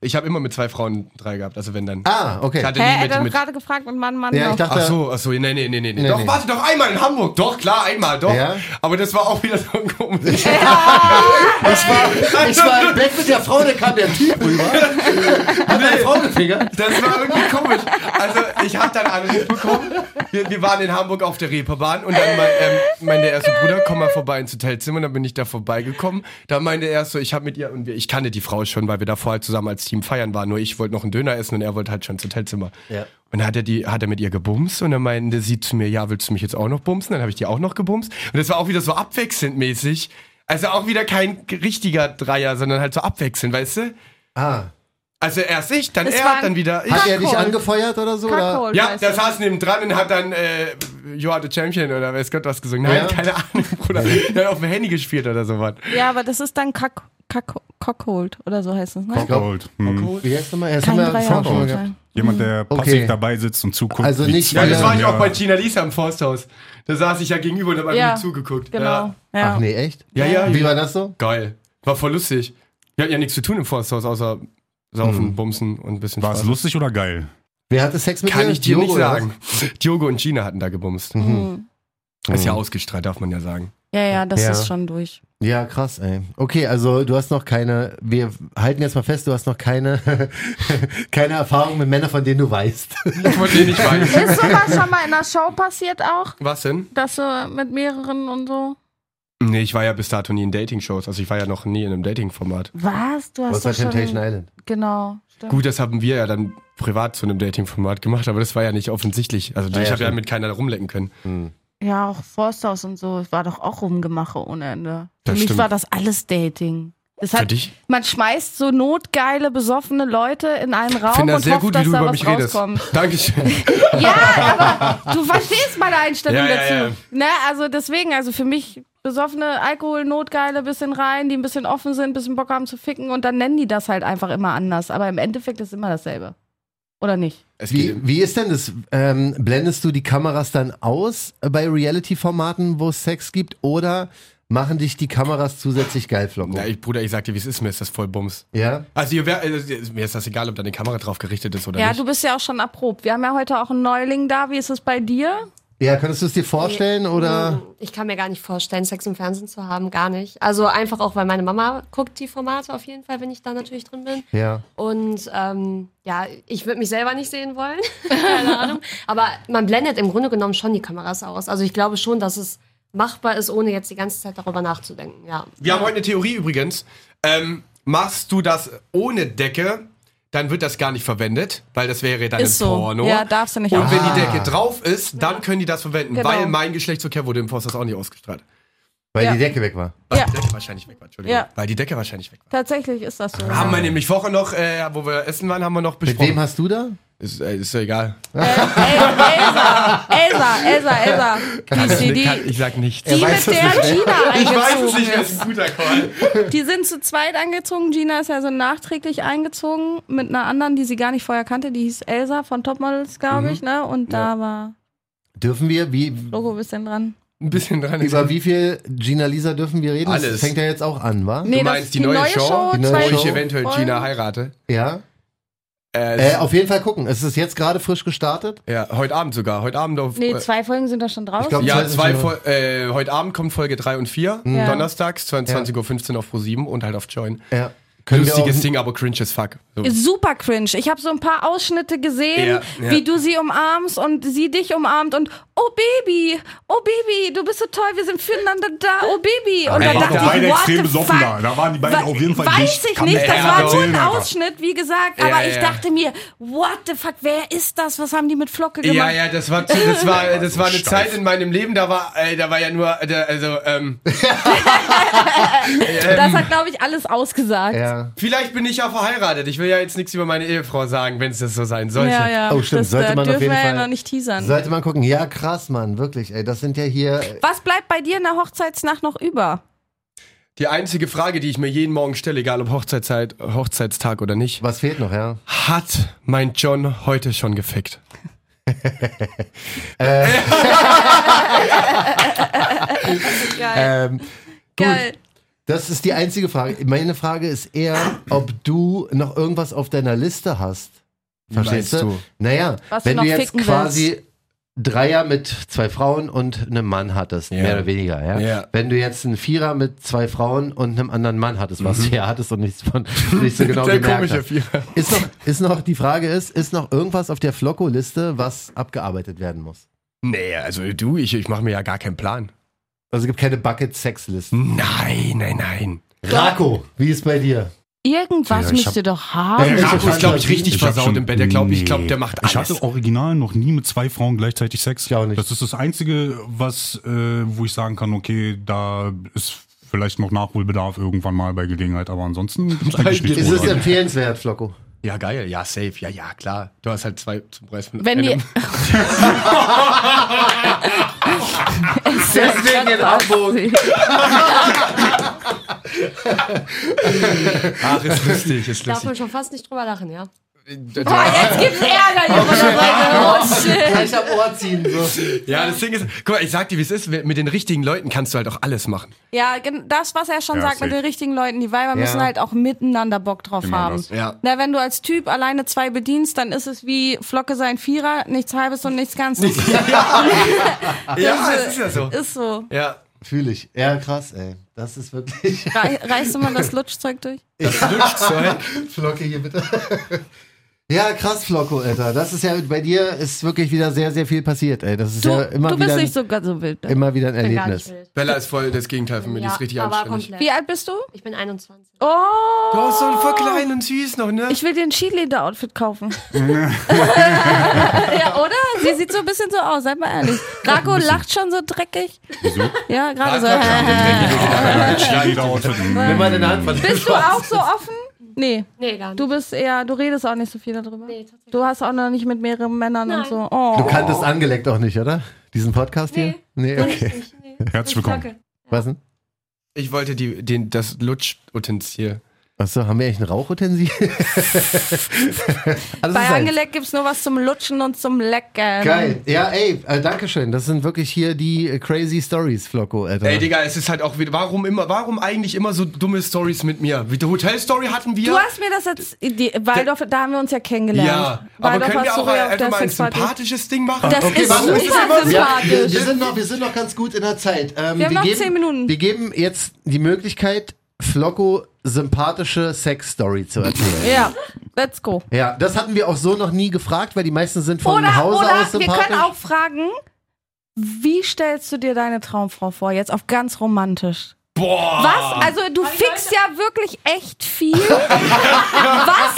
Speaker 1: Ich habe immer mit zwei Frauen drei gehabt, also wenn dann.
Speaker 4: Ah,
Speaker 1: Ich
Speaker 4: okay.
Speaker 1: hatte
Speaker 3: Hä, er
Speaker 1: nie
Speaker 3: hat
Speaker 1: mit, mit
Speaker 3: gerade gefragt mit Mann, Mann.
Speaker 4: Ja,
Speaker 3: noch.
Speaker 4: ich dachte,
Speaker 1: Ach so, ach so, nee, nee, nee, nee. nee
Speaker 4: Nee,
Speaker 1: doch,
Speaker 4: nee.
Speaker 1: warte, doch einmal in Hamburg. Doch, klar, einmal, doch.
Speaker 4: Ja.
Speaker 1: Aber das war auch wieder so ein komisches.
Speaker 4: ich, war, ich war im Bett mit der Frau, da kam der Typ rüber. Hat meine Frau gefingert.
Speaker 1: Das war irgendwie komisch. Also, ich habe dann einen Anruf bekommen. Wir, wir waren in Hamburg auf der Reeperbahn und dann mein, ähm, mein der erste Bruder, komm mal vorbei ins Hotelzimmer. Dann bin ich da vorbeigekommen. Da meinte er so, ich habe mit ihr, und wir, ich kannte die Frau schon, weil wir davor halt zusammen als Team feiern waren. Nur ich wollte noch einen Döner essen und er wollte halt schon ins Hotelzimmer.
Speaker 4: Ja.
Speaker 1: Und dann hat er, die, hat er mit ihr gebumst und dann meinte sie zu mir, ja, willst du mich jetzt auch noch bumsen? Dann habe ich die auch noch gebumst. Und das war auch wieder so abwechselnd mäßig. Also auch wieder kein richtiger Dreier, sondern halt so abwechselnd, weißt du?
Speaker 4: Ah,
Speaker 1: Also erst ich, dann
Speaker 3: Es
Speaker 1: er,
Speaker 3: waren-
Speaker 1: dann wieder ich.
Speaker 4: hat er dich
Speaker 3: Kackhol.
Speaker 4: angefeuert oder so? Oder?
Speaker 3: Kackhol,
Speaker 1: Ja,
Speaker 3: weißt
Speaker 1: der
Speaker 3: du.
Speaker 1: saß neben dran und hat dann äh, You are the Champion oder weiß Gott was gesungen. Nein,
Speaker 4: Ja.
Speaker 1: keine Ahnung, Bruder. Der hat auf dem Handy gespielt oder sowas.
Speaker 3: Ja, aber das ist dann Kack, Kack, Cockhold oder so heißt es, ne?
Speaker 5: Gold. Hm.
Speaker 4: Wie heißt nochmal? Erst
Speaker 3: Kein
Speaker 4: haben wir
Speaker 3: Dreier
Speaker 4: Frauen
Speaker 3: auf
Speaker 4: schon mal
Speaker 3: jeden
Speaker 4: gehabt.
Speaker 3: Fall.
Speaker 5: Jemand, der passiv
Speaker 4: Okay.
Speaker 5: dabei sitzt und zuguckt.
Speaker 4: Also
Speaker 5: wie
Speaker 4: nicht
Speaker 5: zwei
Speaker 1: Das
Speaker 4: Ja,
Speaker 1: war ich
Speaker 5: Männer-
Speaker 1: auch bei Gina Lisa im Forsthaus. Da saß ich ja gegenüber und hab einfach
Speaker 3: Ja,
Speaker 1: nur zugeguckt.
Speaker 3: Genau. Ja.
Speaker 4: Ach nee, echt?
Speaker 1: Ja, ja. ja,
Speaker 4: Wie war das so?
Speaker 1: Geil. War voll lustig. Wir hatten ja nichts zu tun im Forsthaus, außer saufen, bumsen und ein bisschen
Speaker 5: War es
Speaker 1: Spaß.
Speaker 5: lustig oder geil?
Speaker 4: Wer hatte Sex Hm. mit
Speaker 1: Kann
Speaker 4: dir?
Speaker 1: ich dir
Speaker 4: Diogo
Speaker 1: nicht
Speaker 4: oder was?
Speaker 3: Mhm.
Speaker 4: Mhm.
Speaker 1: sagen. Diogo und Gina hatten da gebumst. Ist ja ausgestrahlt, darf man ja sagen.
Speaker 3: Ja, ja, das
Speaker 4: Ja.
Speaker 3: ist schon durch.
Speaker 4: Ja, krass, ey. Okay, also du hast noch keine, wir halten jetzt mal fest, du hast noch keine, keine Erfahrung mit Männern, von denen du weißt.
Speaker 1: Von
Speaker 4: eh
Speaker 1: denen ich weiß.
Speaker 7: Ist sowas schon mal in der Show passiert auch?
Speaker 1: Was denn?
Speaker 7: Dass du mit mehreren und so?
Speaker 1: Nee, ich war ja bis dato nie in Dating-Shows. Also ich war ja noch nie in einem Dating-Format.
Speaker 7: Was? Du
Speaker 4: Was
Speaker 7: hast
Speaker 4: war
Speaker 7: doch schon...
Speaker 4: Temptation Island?
Speaker 7: Genau. stimmt.
Speaker 1: Gut, das haben wir ja dann privat zu einem Dating-Format gemacht, aber das war ja nicht offensichtlich. Also
Speaker 7: Ah,
Speaker 4: ja,
Speaker 1: ich habe ja
Speaker 4: stimmt.
Speaker 1: mit keiner rumlecken können.
Speaker 7: Ja, auch Forsthaus und so. Es war doch auch Rumgemache ohne Ende. Für
Speaker 1: Das
Speaker 7: mich
Speaker 1: stimmt.
Speaker 7: war das alles Dating. Das
Speaker 1: Für
Speaker 7: hat,
Speaker 1: dich?
Speaker 7: Man schmeißt so notgeile, besoffene Leute in einen Raum
Speaker 1: Ich finde
Speaker 7: und
Speaker 1: das sehr
Speaker 7: hofft,
Speaker 1: gut, wie
Speaker 7: dass
Speaker 1: du
Speaker 7: da
Speaker 1: über
Speaker 7: was
Speaker 1: mich redest.
Speaker 7: rauskommt.
Speaker 1: Dankeschön.
Speaker 7: Ja, aber du verstehst meine Einstellung
Speaker 1: Ja, ja,
Speaker 7: dazu.
Speaker 1: ja.
Speaker 7: Ne, also deswegen, also für mich besoffene Alkohol, Notgeile, bisschen rein, die ein bisschen offen sind, ein bisschen Bock haben zu ficken und dann nennen die das halt einfach immer anders. Aber im Endeffekt ist immer dasselbe. Oder nicht?
Speaker 1: Es
Speaker 4: Wie,
Speaker 1: geht- um
Speaker 4: wie ist denn das? Ähm, blendest du die Kameras dann aus bei Reality-Formaten, wo es Sex gibt? Oder machen dich die Kameras zusätzlich geilflocken?
Speaker 1: Na, ich, Bruder, ich sag dir, wie es ist, mir ist das voll Bums.
Speaker 4: Ja?
Speaker 1: Also ihr wär, also, mir ist das egal, ob da eine Kamera drauf gerichtet ist oder
Speaker 3: Ja,
Speaker 1: nicht.
Speaker 3: du
Speaker 7: Du bist ja auch schon erprobt. Wir haben ja heute auch einen Neuling da. Wie ist es bei dir?
Speaker 4: Ja, könntest du es dir vorstellen? Oder?
Speaker 6: Hm, Ich kann mir gar nicht vorstellen, Sex im Fernsehen zu haben, gar nicht. Also einfach auch, weil meine Mama guckt die Formate auf jeden Fall, wenn ich da natürlich drin bin.
Speaker 4: Ja.
Speaker 6: Und ähm, ja, ich würde mich selber nicht sehen wollen. Keine Ahnung. Aber man blendet im Grunde genommen schon die Kameras aus. Also ich glaube schon, dass es machbar ist, ohne jetzt die ganze Zeit darüber nachzudenken. Ja.
Speaker 1: Wir haben heute eine Theorie übrigens. Ähm, machst du das ohne Decke, dann wird das gar nicht verwendet, weil das wäre dann
Speaker 3: Ist
Speaker 1: ein
Speaker 3: so.
Speaker 1: Porno.
Speaker 3: Ja, darfst du nicht
Speaker 1: Und wenn
Speaker 4: Ah.
Speaker 1: die Decke drauf ist, dann können die das verwenden,
Speaker 3: Genau.
Speaker 1: weil mein Geschlechtsverkehr wurde im Forst das auch nicht ausgestrahlt.
Speaker 4: Weil
Speaker 3: Ja.
Speaker 4: die Decke weg war.
Speaker 1: Weil
Speaker 3: Ja.
Speaker 1: die Decke wahrscheinlich weg war, Entschuldigung.
Speaker 3: Ja.
Speaker 1: Weil die Decke wahrscheinlich weg war.
Speaker 3: Tatsächlich ist das so.
Speaker 1: Haben wir nämlich Woche noch, äh, wo wir essen waren, haben wir noch
Speaker 4: Mit
Speaker 1: besprochen.
Speaker 4: wem hast du da?
Speaker 1: ist, äh, ist ja egal.
Speaker 3: Elsa, Elsa, Elsa, Elsa. Grüß sie,
Speaker 1: Kann-
Speaker 3: die,
Speaker 1: ich sag nichts.
Speaker 3: die mit der Gina
Speaker 1: Ich weiß es
Speaker 3: eingezogen
Speaker 1: nicht, das
Speaker 3: ist.
Speaker 1: ist ein guter Call.
Speaker 3: Die sind zu zweit angezogen. Gina ist ja so nachträglich eingezogen mit einer anderen, die sie gar nicht vorher kannte. Die hieß Elsa von Topmodels, glaube
Speaker 1: Mhm.
Speaker 3: ich. Ne? Und da war
Speaker 4: Dürfen wir, wie,
Speaker 3: Logo bisschen dran.
Speaker 1: Ein bisschen dran.
Speaker 4: über wie viel Gina Lisa dürfen wir reden? Das
Speaker 1: Alles.
Speaker 4: fängt ja jetzt auch an, wa?
Speaker 3: Nee,
Speaker 1: meinst die neue Show?
Speaker 4: Die neue
Speaker 1: wo
Speaker 3: zwei
Speaker 1: ich
Speaker 4: Show?
Speaker 1: eventuell
Speaker 3: Folgen.
Speaker 1: Gina heirate.
Speaker 4: Ja.
Speaker 1: Äh,
Speaker 4: Äh, auf jeden Fall gucken. Es ist jetzt gerade frisch gestartet.
Speaker 1: ja, heute Abend sogar. Heute Abend auf.
Speaker 7: Nee,
Speaker 1: äh,
Speaker 7: zwei Folgen sind da schon drauf.
Speaker 4: Ich glaub,
Speaker 1: ja,
Speaker 4: sind
Speaker 1: zwei
Speaker 4: schon-
Speaker 1: Fol äh, heute Abend kommen Folge 3 und 4.
Speaker 3: Hm.
Speaker 4: Mhm.
Speaker 7: Ja.
Speaker 1: Donnerstags, 22.15 Uhr auf Pro7 und halt auf Join.
Speaker 4: Ja. Können wir
Speaker 1: Lustiges
Speaker 4: auch-
Speaker 1: Ding, aber cringe as fuck. So.
Speaker 3: Ist Super cringe. Ich habe so ein paar Ausschnitte gesehen,
Speaker 1: Ja, ja.
Speaker 3: wie du sie umarmst und sie dich umarmt und oh Baby, oh Baby, du bist so toll, wir sind füreinander da, oh Baby. Und
Speaker 5: Da
Speaker 3: da
Speaker 5: waren doch
Speaker 3: dachte
Speaker 5: beide
Speaker 3: ich, what
Speaker 5: extrem
Speaker 3: the
Speaker 5: besoffen
Speaker 3: fuck?
Speaker 5: da. ne? Da waren die beiden
Speaker 3: Wa-
Speaker 5: auf jeden Fall
Speaker 3: Weiß ich nicht, das
Speaker 1: Ja,
Speaker 3: war
Speaker 1: doch.
Speaker 3: nur ein
Speaker 5: Ausschnitt.
Speaker 3: Ausschnitt, wie gesagt,
Speaker 1: Ja,
Speaker 3: aber
Speaker 1: ja,
Speaker 3: ich
Speaker 1: ja.
Speaker 3: dachte mir, what the fuck, wer ist das? Was haben die mit Flocke gemacht?
Speaker 1: Ja, ja, das war, zu- das war, das
Speaker 5: so
Speaker 1: war eine
Speaker 5: steif.
Speaker 1: Zeit in meinem Leben, da war, äh, da war ja nur, äh, da, also, ähm,
Speaker 3: Das hat, glaube ich, alles ausgesagt.
Speaker 4: Ja.
Speaker 1: vielleicht bin ich ja verheiratet. Ich will ja jetzt nichts über meine Ehefrau sagen, wenn es das so sein sollte.
Speaker 3: Ja, ja.
Speaker 4: Oh, stimmt.
Speaker 3: Das
Speaker 4: Sollte
Speaker 3: äh,
Speaker 4: man auf
Speaker 3: dürfen
Speaker 4: jeden
Speaker 3: wir
Speaker 4: Fall-
Speaker 3: ja noch nicht teasern.
Speaker 4: Sollte man gucken. Ja, krass, Mann. Wirklich, ey. Das sind ja hier.
Speaker 3: Was bleibt bei dir in der Hochzeitsnacht noch über?
Speaker 1: Die einzige Frage, die ich mir jeden Morgen stelle, egal ob Hochzeitszeit, Hochzeitstag oder nicht,
Speaker 4: Was fehlt noch, ja?
Speaker 1: hat mein John heute schon gefickt?
Speaker 4: Ähm,
Speaker 3: Geil.
Speaker 4: das ist die einzige Frage. Meine Frage ist eher, ob du noch irgendwas auf deiner Liste hast. Verstehst
Speaker 1: meinst
Speaker 4: du?
Speaker 1: du?
Speaker 4: Naja,
Speaker 3: Was du
Speaker 4: wenn du,
Speaker 3: noch
Speaker 4: jetzt
Speaker 3: ficken
Speaker 4: quasi Dreier mit zwei Frauen und einem Mann hattest,
Speaker 1: Ja.
Speaker 4: mehr oder weniger, ja?
Speaker 1: Ja.
Speaker 4: Wenn du jetzt einen Vierer mit zwei Frauen und einem anderen Mann hattest, was du ja hattest und nichts von nicht so genau
Speaker 1: Mhm. Der
Speaker 4: gemerkt
Speaker 1: komische
Speaker 4: hast.
Speaker 1: Vierer.
Speaker 4: Ist noch, ist noch, die Frage ist, ist noch irgendwas auf der Flocko-Liste, was abgearbeitet werden muss?
Speaker 1: Nee, also du, ich, ich mache mir ja gar keinen Plan.
Speaker 4: Also es gibt keine Bucket-Sex-Liste.
Speaker 1: Nein, nein, nein.
Speaker 4: Rako, wie ist bei dir?
Speaker 7: Irgendwas
Speaker 1: Ja, ich
Speaker 7: müsst
Speaker 1: hab-
Speaker 7: ihr doch haben.
Speaker 1: Der Rako ist, glaube ich,
Speaker 4: Fantasie.
Speaker 1: richtig
Speaker 5: hab
Speaker 1: versaut
Speaker 5: schon-
Speaker 1: im Bett. Der glaubt, ich oh, glaube,
Speaker 5: Nee.
Speaker 1: der macht
Speaker 5: Ich
Speaker 1: alles.
Speaker 5: hatte original noch nie mit zwei Frauen gleichzeitig Sex.
Speaker 4: Ich auch nicht.
Speaker 5: Das ist das Einzige, was, äh, wo ich sagen kann, okay, da ist vielleicht noch Nachholbedarf irgendwann mal bei Gelegenheit, aber ansonsten gibt's eigentlich nicht.
Speaker 4: Ist es
Speaker 5: großartig.
Speaker 4: empfehlenswert, Flocko?
Speaker 1: ja, geil. Ja, safe. Ja, ja, klar. Du hast halt zwei zum Preis von
Speaker 7: Wenn ihr,
Speaker 1: einem.
Speaker 4: Deswegen in Hamburg.
Speaker 1: Ach, ist lustig, ist
Speaker 6: Darf
Speaker 1: lustig.
Speaker 6: man schon fast nicht drüber lachen, ja.
Speaker 3: Jetzt gibt's Ärger hier von der Seite. Oh, shit.
Speaker 4: Gleich am Ohr ziehen. So.
Speaker 1: Ja, das Ding ist, guck mal, ich sag dir, wie es ist. Mit den richtigen Leuten kannst du halt auch alles machen.
Speaker 3: Ja, gen- das, was er schon
Speaker 5: Ja,
Speaker 3: sagt
Speaker 5: safe.
Speaker 3: mit den richtigen Leuten. Die Weiber müssen halt auch miteinander Bock drauf
Speaker 5: Genau
Speaker 3: haben.
Speaker 5: das.
Speaker 1: Ja.
Speaker 3: Na, wenn du als Typ alleine zwei bedienst, dann ist es wie Flocke sein Vierer, nichts Halbes und nichts Ganzes.
Speaker 1: Ja, es ist ja so.
Speaker 3: ist so.
Speaker 1: Ja.
Speaker 4: Fühle ich. Ja, krass, ey. Das ist wirklich.
Speaker 3: Rei- Reißt du mal das Lutschzeug durch?
Speaker 1: Das Lutschzeug.
Speaker 4: Flocke hier bitte. ja, krass, Flocko, Alter. Das ist ja, bei dir ist wirklich wieder sehr, sehr viel passiert, ey. Das ist
Speaker 3: Du,
Speaker 4: ja immer,
Speaker 3: du
Speaker 4: wieder,
Speaker 3: bist nicht sogar so wild. ne?
Speaker 4: immer wieder ein
Speaker 6: bin gar
Speaker 4: Erlebnis.
Speaker 6: nicht wild.
Speaker 1: Bella ist voll das Gegenteil von mir, die ist richtig
Speaker 6: aber
Speaker 1: anständig.
Speaker 6: komplett.
Speaker 3: Wie alt bist du?
Speaker 6: Ich bin 21.
Speaker 3: Oh!
Speaker 1: Du hast so einen voll kleinen und süß noch, ne?
Speaker 3: Ich will dir ein Cheerleader-Outfit kaufen. ja, oder? Sie sieht so ein bisschen so aus, seid mal ehrlich. Rako lacht schon so dreckig.
Speaker 5: Wieso?
Speaker 3: Ja, gerade so.
Speaker 5: Nimm
Speaker 4: Nimm mal deine Hand von dem
Speaker 3: bist du
Speaker 4: Schwanz.
Speaker 3: auch so offen? Nee,
Speaker 6: Nee, gar nicht.
Speaker 3: du bist eher, du redest auch nicht so viel darüber.
Speaker 6: Nee, tatsächlich.
Speaker 3: Du hast auch noch nicht mit mehreren Männern und
Speaker 6: Nein.
Speaker 3: so. Oh.
Speaker 4: Du kanntest angeleckt auch nicht, oder? Diesen Podcast hier? Nee,
Speaker 6: Kann ich
Speaker 4: okay.
Speaker 6: nicht, nee.
Speaker 5: Herzlich
Speaker 6: Ich
Speaker 5: willkommen.
Speaker 6: flocke.
Speaker 4: Was denn?
Speaker 1: Ich wollte die, den, das Lutschutensil.
Speaker 4: Achso, haben wir eigentlich ein Rauchutensil? Alles
Speaker 3: Bei
Speaker 4: ist eins.
Speaker 3: Angelegt gibt's nur was zum Lutschen und zum Lecken.
Speaker 4: Geil. Ja, ey, äh, danke schön. Das sind wirklich hier die äh, crazy Stories, Flocko, Alter.
Speaker 1: Ey, Digga, es ist halt auch wieder. Warum immer, warum eigentlich immer so dumme Stories mit mir? Wie die Hotelstory hatten wir.
Speaker 3: Du hast mir das jetzt, die, Waldorf, da haben wir uns ja kennengelernt.
Speaker 1: ja, aber
Speaker 3: Waldorf
Speaker 1: können wir
Speaker 3: hast du
Speaker 1: auch
Speaker 3: ja auf
Speaker 1: einfach
Speaker 3: der
Speaker 1: mal ein
Speaker 3: Sexparty.
Speaker 1: sympathisches Ding machen?
Speaker 3: Das ist
Speaker 1: warte,
Speaker 3: super
Speaker 1: es immer so-
Speaker 4: Ja,
Speaker 3: sympathisch.
Speaker 4: wir, wir, sind noch, wir sind noch ganz gut in der Zeit. Ähm,
Speaker 3: Wir haben noch
Speaker 4: geben,
Speaker 3: zehn Minuten.
Speaker 4: Wir geben jetzt die Möglichkeit, Flocko sympathische Sex-Story zu erzählen.
Speaker 3: Ja, let's go.
Speaker 4: ja, das hatten wir auch so noch nie gefragt, weil die meisten sind von
Speaker 3: oder
Speaker 4: Hause
Speaker 3: oder
Speaker 4: aus
Speaker 3: wir
Speaker 4: sympathisch.
Speaker 3: können auch fragen, wie stellst du dir deine Traumfrau vor? Jetzt auf ganz romantisch.
Speaker 1: Boah!
Speaker 3: Was? Also du fixst ja wirklich echt viel. Was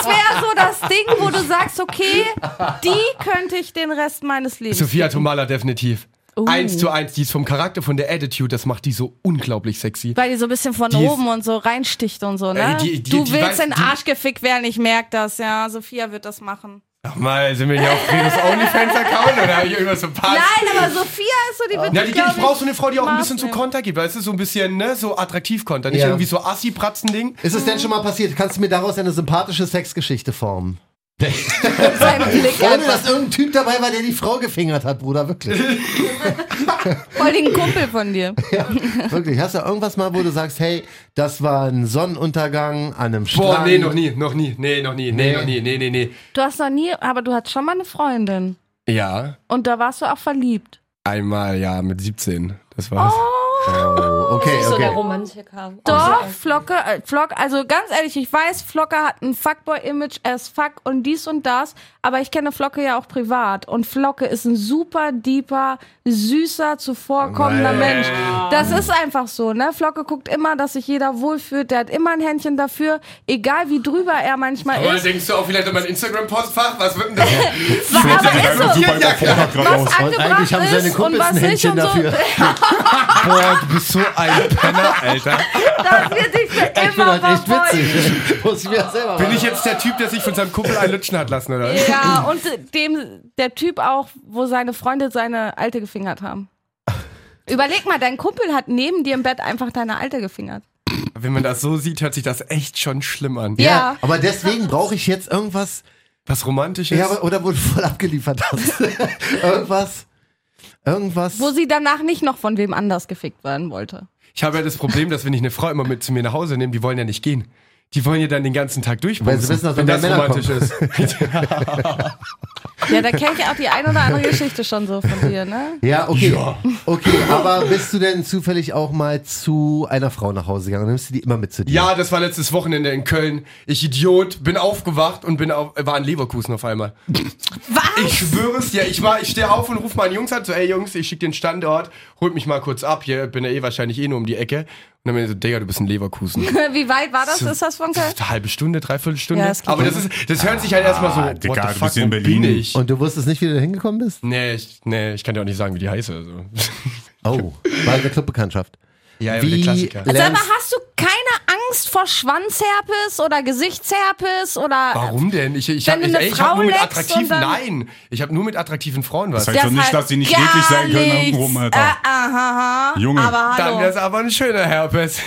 Speaker 3: wäre so das Ding, wo du sagst, okay, die könnte ich den Rest meines Lebens.
Speaker 1: Sophia Tomala definitiv. Eins zu eins, die ist vom Charakter, von der Attitude, das macht die so unglaublich sexy.
Speaker 3: Weil die so ein bisschen von
Speaker 1: Die ist-
Speaker 3: oben und so reinsticht und so, ne?
Speaker 1: Ey, die- die-
Speaker 3: du
Speaker 1: die
Speaker 3: willst
Speaker 1: weiß-
Speaker 3: in den
Speaker 1: die-
Speaker 3: Arsch gefickt werden, ich merk das, ja. Sophia wird das machen.
Speaker 1: Ach mal, sind wir hier auf Venus OnlyFans-Account oder habe ich irgendwas verpasst?
Speaker 3: Nein, aber Sophia ist so die wird
Speaker 1: Also Ja, die,
Speaker 3: glaub
Speaker 1: ich brauch so eine Frau, die auch ein bisschen zu
Speaker 3: Maßnahmen.
Speaker 1: Konter gibt, weißt du, so ein bisschen, ne, so attraktiv Konter, nicht
Speaker 4: Ja.
Speaker 1: irgendwie so Assi-Pratzen-Ding.
Speaker 4: Ist es denn schon mal passiert? Kannst du mir daraus eine sympathische Sexgeschichte formen?
Speaker 3: seinen Blick
Speaker 4: Ohne
Speaker 3: einfach.
Speaker 4: dass irgendein Typ dabei war, der die Frau gefingert hat, Bruder, wirklich.
Speaker 3: Voll den Kumpel von dir.
Speaker 4: wirklich. Hast du irgendwas mal, wo du sagst, hey, das war ein Sonnenuntergang an einem Strand?
Speaker 1: Boah, nee, noch nie, noch nie, nee, noch nie, nee,
Speaker 4: Nee.
Speaker 1: noch nie, nee, nee, nee.
Speaker 3: Du hast noch nie, aber du hattest schon mal eine Freundin.
Speaker 1: Ja,
Speaker 3: Und da warst du auch verliebt.
Speaker 1: einmal, ja, mit 17, das war's.
Speaker 4: Oh, okay,
Speaker 6: So der
Speaker 4: okay.
Speaker 6: Romantiker.
Speaker 4: Oh,
Speaker 3: Doch,
Speaker 6: Also,
Speaker 3: Flocke, äh, Flock, also ganz ehrlich, ich weiß, Flocke hat ein Fuckboy-Image as fuck und dies und das, aber ich kenne Flocke ja auch privat. Und Flocke ist ein super deeper, süßer, zuvorkommender Mensch. Das ist einfach so, ne? Flocke guckt immer, dass sich jeder wohlfühlt, der hat immer ein Händchen dafür, egal wie drüber er manchmal
Speaker 1: Aber
Speaker 3: ist.
Speaker 1: denkst du auch vielleicht an mein Instagram-Postfach? Was wird denn das?
Speaker 3: aber ist so.
Speaker 5: super überfordert gerade aus.
Speaker 3: Was angebracht
Speaker 4: Eigentlich haben seine
Speaker 3: ist und
Speaker 4: Kumpels
Speaker 3: was
Speaker 4: ein
Speaker 3: nicht
Speaker 4: Händchen
Speaker 3: und so.
Speaker 4: dafür.
Speaker 1: Boah, du bist so ein Penner, Alter.
Speaker 3: Das wird sich für
Speaker 4: Ich bin
Speaker 3: immer
Speaker 4: halt echt
Speaker 3: verfolgen.
Speaker 4: witzig. Muss ich mir das selber
Speaker 1: Bin ich jetzt der Typ, der sich von seinem Kumpel einlutschen hat lassen, oder?
Speaker 3: Ja, und dem, der Typ auch, wo seine Freunde seine Alte gefingert haben. Überleg mal, dein Kumpel hat neben dir im Bett einfach deine Alte gefingert.
Speaker 1: Wenn man das so sieht, hört sich das echt schon schlimm an.
Speaker 3: Ja.
Speaker 4: Aber deswegen brauche ich jetzt irgendwas,
Speaker 1: Was romantisches.
Speaker 4: ja, aber, oder wo du voll abgeliefert hast. irgendwas, irgendwas.
Speaker 3: Wo sie danach nicht noch von wem anders gefickt werden wollte.
Speaker 1: Ich habe ja das Problem, dass wenn ich eine Frau immer mit zu mir nach Hause nehme, die wollen ja nicht gehen. Die wollen ja dann den ganzen Tag durchbumsen,
Speaker 4: Weil sie wissen, dass
Speaker 1: wenn
Speaker 4: dann
Speaker 1: das
Speaker 4: mehr Männer
Speaker 1: romantisch
Speaker 4: kommen.
Speaker 1: ist.
Speaker 3: Ja, da kenne ich auch die ein oder andere Geschichte schon so von dir, ne?
Speaker 4: ja, okay. Okay, aber bist du denn zufällig auch mal zu einer Frau nach Hause gegangen? Nimmst du die immer mit zu dir?
Speaker 1: Ja, das war letztes Wochenende in Köln. Ich Idiot, bin aufgewacht und bin auf, war in Leverkusen auf einmal. Was? Ich schwöre es dir. Ich, war- ich stehe auf und rufe meinen Jungs an, so, ey Jungs, ich schicke den Standort, holt mich mal kurz ab, hier bin ja eh wahrscheinlich eh nur um die Ecke. Und dann bin ich so, Digga, du bist in Leverkusen.
Speaker 3: Wie weit war das? Ist das von Köln?
Speaker 1: Eine halbe Stunde, dreiviertel Stunde.
Speaker 3: Ja, das geht
Speaker 1: Aber das, ist, das hört sich halt erstmal so,
Speaker 5: Ah,
Speaker 1: what
Speaker 5: Digga,
Speaker 1: the
Speaker 5: du
Speaker 1: fuck,
Speaker 5: bist in
Speaker 1: wo
Speaker 5: Berlin.
Speaker 1: bin ich?
Speaker 4: Und du wusstest nicht, wie du da hingekommen bist?
Speaker 1: Nee, ich, nee, ich kann dir auch nicht sagen, wie die heiße. Also.
Speaker 4: Oh, war eine Clubbekanntschaft.
Speaker 1: Ja, ja,
Speaker 4: Wie
Speaker 1: der Klassiker.
Speaker 3: Sag mal,
Speaker 4: lernst,
Speaker 3: hast du keine Angst vor Schwanzherpes oder Gesichtsherpes oder
Speaker 1: Warum denn? Ich, ich
Speaker 3: Wenn
Speaker 1: habe
Speaker 3: du eine
Speaker 1: ich
Speaker 3: Frau
Speaker 1: hab nur mit
Speaker 3: leckst und
Speaker 1: attraktiven,
Speaker 3: dann-
Speaker 1: nein, ich habe nur mit attraktiven Frauen was.
Speaker 5: Das heißt doch Also nicht, dass sie nicht wirklich sein können,
Speaker 3: halt nichts. Ah,
Speaker 5: irgendwo, Alter.
Speaker 3: Aha, aha.
Speaker 5: Junge.
Speaker 3: Aber halt. hallo.
Speaker 1: Dann wär's aber ein schöner Herpes.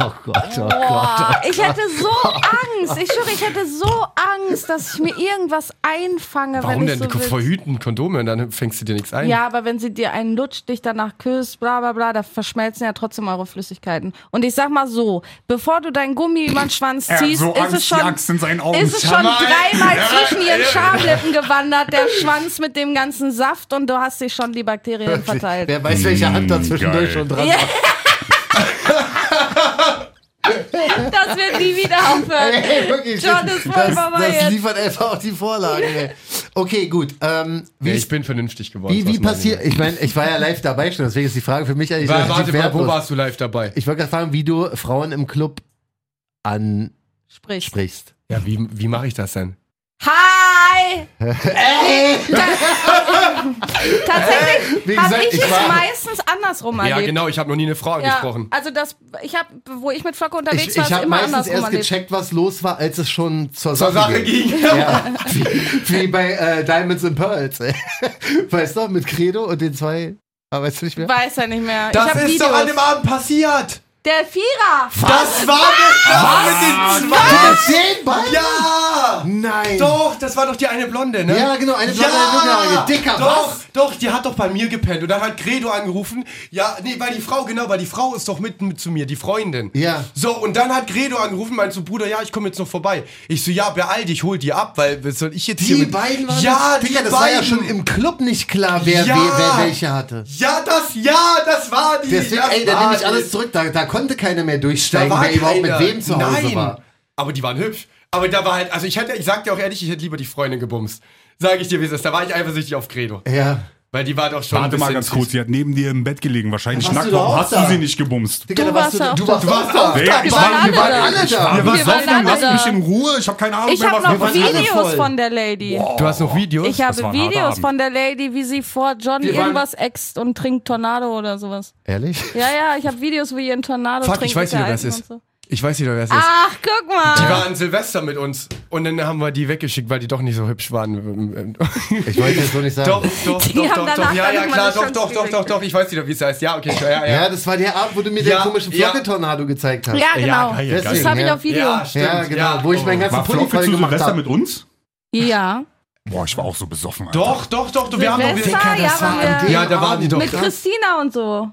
Speaker 4: Oh Gott, oh Gott.
Speaker 3: Boah, ich hätte so Angst. Ich schwöre, ich hätte so Angst, dass ich mir irgendwas einfange,
Speaker 1: Warum
Speaker 3: wenn
Speaker 1: denn?
Speaker 3: ich so
Speaker 1: Ko-
Speaker 3: will.
Speaker 1: Verhüten, Kondome und dann fängst du dir nichts ein.
Speaker 3: Ja, aber wenn sie dir einen lutscht, dich danach küsst, bla bla bla, da verschmelzen ja trotzdem eure Flüssigkeiten. Und ich sag mal so, bevor du deinen Gummi über den Schwanz
Speaker 5: Er hat
Speaker 3: ziehst,
Speaker 5: so
Speaker 3: ist es
Speaker 5: Angst, die
Speaker 3: schon,
Speaker 5: Angst in seinen Augen.
Speaker 3: ist es schon
Speaker 1: Schamal.
Speaker 3: dreimal
Speaker 1: Ja,
Speaker 3: zwischen ihren
Speaker 1: ja.
Speaker 3: Schamlippen gewandert, der Schwanz mit dem ganzen Saft und du hast dich schon die Bakterien verteilt.
Speaker 4: Wer weiß, welche Hand da zwischendurch
Speaker 5: Geil.
Speaker 4: schon dran
Speaker 3: Ja.
Speaker 4: war.
Speaker 3: Das wird nie wieder aufhören.
Speaker 4: Ey, wirklich,
Speaker 3: John ist voll
Speaker 4: das,
Speaker 3: vorbei
Speaker 4: das
Speaker 3: jetzt.
Speaker 4: liefert einfach auch die Vorlagen. Ey. Okay, gut. Ähm, wie,
Speaker 1: Ja, ich bin vernünftig geworden.
Speaker 4: wie,
Speaker 1: was
Speaker 4: wie
Speaker 1: meine
Speaker 4: passiert? Ich meine, ich war ja live dabei schon, deswegen ist die Frage für mich
Speaker 1: ich.
Speaker 4: eigentlich
Speaker 1: Wa-
Speaker 4: relativ
Speaker 1: Warte mal, wo
Speaker 4: wertlos.
Speaker 1: warst du live dabei?
Speaker 4: Ich wollte gerade fragen, wie du Frauen im Club ansprichst.
Speaker 3: Sprich.
Speaker 1: Ja, wie, wie mache ich das denn?
Speaker 3: Hi! Ta-
Speaker 4: Wie
Speaker 3: Tatsächlich habe
Speaker 4: gesagt,
Speaker 3: ich,
Speaker 4: ich
Speaker 3: es
Speaker 4: war-
Speaker 3: meistens andersrum
Speaker 1: Ja,
Speaker 3: erlebt.
Speaker 1: genau, ich habe noch nie eine Frau
Speaker 3: Ah, Ja,
Speaker 1: angesprochen.
Speaker 3: Also das, ich habe, wo ich mit Flocke unterwegs
Speaker 4: Ich,
Speaker 3: war,
Speaker 4: ich
Speaker 3: ist
Speaker 4: habe
Speaker 3: immer
Speaker 4: meistens
Speaker 3: andersrum
Speaker 4: erst
Speaker 3: erlebt.
Speaker 4: gecheckt, was los war, als es schon zur,
Speaker 1: Zur Sache
Speaker 4: ging.
Speaker 1: ging.
Speaker 4: Ja, wie, wie bei äh, Diamonds and Pearls. ey. Weißt du, mit Credo und den zwei. Aber weißt du nicht mehr?
Speaker 3: Weiß er nicht mehr. ich
Speaker 1: Das
Speaker 3: hab
Speaker 1: ist
Speaker 3: Videos.
Speaker 1: doch an dem Abend passiert.
Speaker 3: Der Vierer!
Speaker 1: Das war das war mit den zwei.
Speaker 4: Was? Den beiden?
Speaker 1: Ja!
Speaker 4: Nein!
Speaker 1: Doch, das war doch die eine Blonde, ne?
Speaker 4: Ja, genau, eine blonde
Speaker 1: ja,
Speaker 4: Lungenhaare. Dicker,
Speaker 1: doch,
Speaker 4: was?
Speaker 1: doch, die hat doch bei mir gepennt. Und dann hat Credo angerufen. Ja, nee, weil die Frau, genau, weil die Frau ist doch mit, mit zu mir, die Freundin.
Speaker 4: Ja.
Speaker 1: So, und dann hat Credo angerufen, meint so, Bruder, ja, ich komme jetzt noch vorbei. Ich so, ja, beeil dich, hol die ab, weil was soll ich jetzt hier
Speaker 4: Die
Speaker 1: mit...
Speaker 4: beiden waren
Speaker 1: Ja,
Speaker 4: das,
Speaker 1: die
Speaker 4: Digga, das
Speaker 1: beiden.
Speaker 4: war ja schon im Club nicht klar, wer,
Speaker 1: Ja.
Speaker 4: wer, wer welche hatte.
Speaker 1: Ja, das, ja, das war die.
Speaker 4: Deswegen,
Speaker 1: das
Speaker 4: ey, da
Speaker 1: war
Speaker 4: nehme ich
Speaker 1: die.
Speaker 4: alles zurück. Da, da konnte keiner mehr
Speaker 1: Da
Speaker 4: durchsteigen,
Speaker 1: war
Speaker 4: wer überhaupt mit
Speaker 1: keiner.
Speaker 4: wem zu Hause
Speaker 1: Nein.
Speaker 4: war.
Speaker 1: Aber die waren hübsch. Aber da war halt, also ich hätte, ich sag dir auch ehrlich, ich hätte lieber die Freundin gebumst. Sag ich dir, wie es ist. Da war ich eifersüchtig auf Credo.
Speaker 4: Ja.
Speaker 1: Weil die war doch schon.
Speaker 5: Warte
Speaker 1: ein
Speaker 5: mal
Speaker 1: bisschen
Speaker 5: ganz kurz,
Speaker 1: süß.
Speaker 5: sie hat neben dir im Bett gelegen, wahrscheinlich
Speaker 4: Warst
Speaker 5: nackt.
Speaker 4: du da
Speaker 5: Warum
Speaker 4: auch
Speaker 5: hast
Speaker 4: da?
Speaker 5: du sie nicht gebumst?
Speaker 4: Digga,
Speaker 3: Du
Speaker 4: da warst
Speaker 3: warst auch
Speaker 4: du, du
Speaker 3: da.
Speaker 4: warst
Speaker 1: Du warst
Speaker 4: da.
Speaker 1: auch da.
Speaker 5: ich
Speaker 3: Wir waren
Speaker 5: war-
Speaker 3: alle
Speaker 4: Wir waren
Speaker 3: da.
Speaker 4: alle
Speaker 5: Wir
Speaker 4: da.
Speaker 5: waren
Speaker 3: Wir waren
Speaker 5: saufen,
Speaker 3: alle
Speaker 5: lass mich
Speaker 3: da.
Speaker 5: in Ruhe. Ich habe keine Ahnung
Speaker 3: Ich
Speaker 5: mehr,
Speaker 3: habe
Speaker 5: was
Speaker 3: noch
Speaker 5: wir-
Speaker 4: waren alle
Speaker 3: Videos
Speaker 4: voll.
Speaker 3: von der Lady.
Speaker 1: Du hast noch Videos?
Speaker 3: Oh. Ich
Speaker 5: Das war
Speaker 3: habe
Speaker 5: ein harter
Speaker 3: Videos
Speaker 5: Abend.
Speaker 3: von der Lady, wie sie vor Johnny
Speaker 1: Wir waren-
Speaker 3: irgendwas äxt und trinkt Tornado oder sowas.
Speaker 4: Ehrlich?
Speaker 3: Ja, ja, ich habe Videos, wie ihr einen Tornado
Speaker 1: Fuck,
Speaker 3: trinkt.
Speaker 1: ich weiß wieder,
Speaker 3: mit der
Speaker 1: wer es
Speaker 3: Alten
Speaker 1: ist.
Speaker 3: und So.
Speaker 1: Ich weiß nicht, wer es ist.
Speaker 3: Ach, guck
Speaker 1: Die
Speaker 3: mal.
Speaker 1: war an Silvester mit uns. Und dann haben wir die weggeschickt, weil die doch nicht so hübsch waren.
Speaker 4: Ich wollte jetzt so nicht sagen.
Speaker 1: doch, doch,
Speaker 3: Die
Speaker 1: doch,
Speaker 3: haben
Speaker 1: doch, doch.
Speaker 3: danach
Speaker 1: Ja,
Speaker 3: dann
Speaker 1: ja,
Speaker 3: nochmal
Speaker 1: klar,
Speaker 3: eine
Speaker 1: doch,
Speaker 3: Chance
Speaker 1: doch, doch,
Speaker 3: gekriegt.
Speaker 1: doch, doch. Ich weiß wieder, wie es heißt. Ja, okay, ja, ja.
Speaker 4: Ja, das war der Abend, wo du mir
Speaker 1: Ja,
Speaker 4: den komischen
Speaker 1: ja.
Speaker 4: Flocke-Tornado gezeigt hast.
Speaker 3: Ja, genau.
Speaker 1: geil,
Speaker 4: geil.
Speaker 3: das habe ich
Speaker 4: Ja.
Speaker 3: auf Video.
Speaker 1: Ja, oh.
Speaker 3: Ja.
Speaker 1: stimmt.
Speaker 4: Ja, genau, wo ich meinen ganzen-
Speaker 5: War
Speaker 4: Pulli voll
Speaker 5: Flocke zu
Speaker 4: gemacht
Speaker 5: Silvester
Speaker 4: haben.
Speaker 5: mit uns? Boah, ich war auch so besoffen, Alter.
Speaker 1: Doch, doch, doch, doch. Wir haben
Speaker 3: Silvester,
Speaker 1: noch.
Speaker 3: ja, waren wir-
Speaker 1: Ja, da waren die doch.
Speaker 3: Mit Christina und so.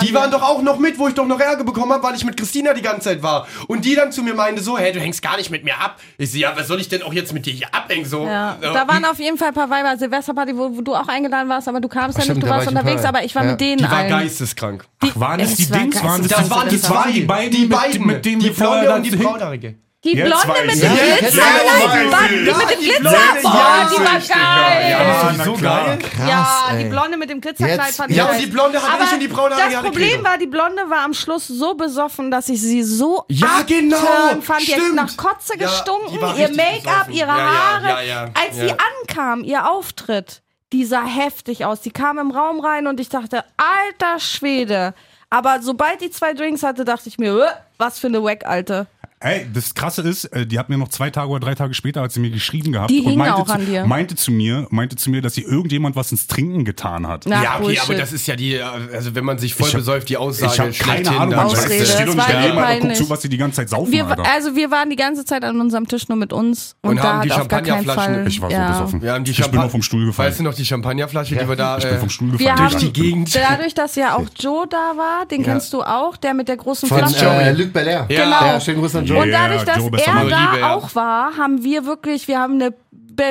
Speaker 1: Die
Speaker 3: Also-
Speaker 1: waren doch auch noch mit, wo ich doch noch Ärger bekommen habe, weil ich mit Christina die ganze Zeit war. Und die dann zu mir meinte so, hey, du hängst gar nicht mit mir ab. Ich so, ja, was soll ich denn auch jetzt mit dir hier abhängen? So,
Speaker 3: Ja,
Speaker 1: Äh,
Speaker 3: da waren auf jeden Fall ein paar Weiber. Silvesterparty, wo, wo du auch eingeladen warst, aber du kamst ja
Speaker 4: stimmt,
Speaker 3: nicht, du
Speaker 4: da war
Speaker 3: warst
Speaker 4: ich ein
Speaker 3: unterwegs,
Speaker 4: paar.
Speaker 3: aber ich war
Speaker 4: Ja.
Speaker 3: mit denen
Speaker 1: die war
Speaker 3: allen.
Speaker 1: geisteskrank.
Speaker 5: Ach, waren es die
Speaker 8: Es war
Speaker 5: Dings? Waren es
Speaker 8: geil.
Speaker 1: Das waren die
Speaker 5: das waren
Speaker 1: zwei,
Speaker 5: die beiden,
Speaker 1: die
Speaker 5: mit-
Speaker 1: beiden,
Speaker 5: mit denen
Speaker 1: die
Speaker 5: wir vorher
Speaker 1: Blonde und
Speaker 5: dann
Speaker 1: die
Speaker 5: hin-
Speaker 1: Blauhaarige.
Speaker 3: Die
Speaker 5: Jetzt
Speaker 3: Blonde
Speaker 5: weiß
Speaker 3: mit
Speaker 5: ich.
Speaker 3: dem
Speaker 5: Ja,
Speaker 3: Blitzer,
Speaker 4: jetzt
Speaker 3: nein,
Speaker 5: weiß
Speaker 3: die war-
Speaker 5: ich.
Speaker 3: die mit dem
Speaker 1: Ja, die
Speaker 3: Glitzer,
Speaker 1: Blonde,
Speaker 3: boah,
Speaker 1: ja,
Speaker 3: die war
Speaker 5: richtig, ja,
Speaker 3: geil.
Speaker 5: ja.
Speaker 1: Aber
Speaker 5: na
Speaker 1: so
Speaker 5: klar.
Speaker 1: geil.
Speaker 4: Krass,
Speaker 3: Ja, die
Speaker 4: ey.
Speaker 3: Blonde mit dem Glitzerkleid
Speaker 4: Jetzt-
Speaker 3: fand ich
Speaker 1: Ja,
Speaker 3: geil.
Speaker 1: aber die Blonde hatte
Speaker 3: Aber
Speaker 1: ich und die braune
Speaker 3: das
Speaker 1: Haare hatte
Speaker 3: Problem
Speaker 1: Credo.
Speaker 3: war, die Blonde war am Schluss so besoffen, dass ich sie so
Speaker 1: Ja, genau,
Speaker 3: abturn fand. Die hat
Speaker 1: stimmt.
Speaker 3: nach
Speaker 1: Ja,
Speaker 3: Kotze
Speaker 1: die
Speaker 3: gestunken,
Speaker 1: war
Speaker 3: ihr
Speaker 1: richtig
Speaker 3: Make-up,
Speaker 1: besoffen.
Speaker 3: ihre
Speaker 1: Ja, ja,
Speaker 3: Haare.
Speaker 1: ja, ja,
Speaker 3: Als sie
Speaker 1: ja.
Speaker 3: ankam, ihr Auftritt, die sah heftig aus. Die kam im Raum rein und ich dachte, alter Schwede. Aber sobald die zwei Drinks hatte, dachte ich mir, "Äh, was für eine Wack, Alte.
Speaker 5: Ey, das Krasse ist, äh, die hat mir noch zwei Tage oder drei Tage später, hat sie mir geschrieben gehabt
Speaker 3: Die hing
Speaker 5: und meinte,
Speaker 3: auch
Speaker 5: zu,
Speaker 3: an dir.
Speaker 5: meinte zu mir, meinte zu mir, dass sie irgendjemand was ins Trinken getan hat.
Speaker 3: Na,
Speaker 1: Ja, okay,
Speaker 3: Bullshit.
Speaker 1: aber das ist ja die, äh, also wenn man sich voll
Speaker 5: Ich hab-
Speaker 1: besäuft, die Aussage
Speaker 5: Ich habe
Speaker 1: schlechthin
Speaker 5: keine Ahnung,
Speaker 1: dann-
Speaker 5: was das
Speaker 3: Ausrede,
Speaker 5: ist.
Speaker 3: das
Speaker 5: Steht und
Speaker 3: war
Speaker 5: stell
Speaker 3: eh
Speaker 5: jemand und guckt
Speaker 3: peinlich.
Speaker 5: zu, was sie die ganze Zeit saufen,
Speaker 3: wir,
Speaker 5: Alter.
Speaker 3: also wir waren die ganze Zeit an unserem Tisch nur mit uns und,
Speaker 1: Und
Speaker 3: da
Speaker 1: haben
Speaker 3: hat
Speaker 1: die
Speaker 3: auf gar keinen
Speaker 1: Champagnerflaschen-
Speaker 3: Fall.
Speaker 5: ich war
Speaker 3: ja.
Speaker 5: so besoffen.
Speaker 1: Wir haben die
Speaker 5: ich bin
Speaker 1: Champa-
Speaker 5: noch vom Stuhl gefallen.
Speaker 1: Weißt du noch die Champagnerflasche, die wir da...
Speaker 5: ich bin vom Stuhl
Speaker 3: Wir
Speaker 5: gefallen.
Speaker 3: haben
Speaker 1: durch die Gegend.
Speaker 3: Dadurch, dass ja auch Joe da war, den kennst du auch, der mit der großen
Speaker 4: Von
Speaker 3: Flasche.
Speaker 4: äh, Luc Belair.
Speaker 1: Ja.
Speaker 3: Genau.
Speaker 4: Ja, schönen Gruß an Joe.
Speaker 3: Und
Speaker 5: Ja,
Speaker 3: dadurch, dass
Speaker 5: Joe
Speaker 3: er
Speaker 5: Bessemer.
Speaker 3: da
Speaker 1: Liebe, ja.
Speaker 3: auch war, haben wir wirklich, wir haben eine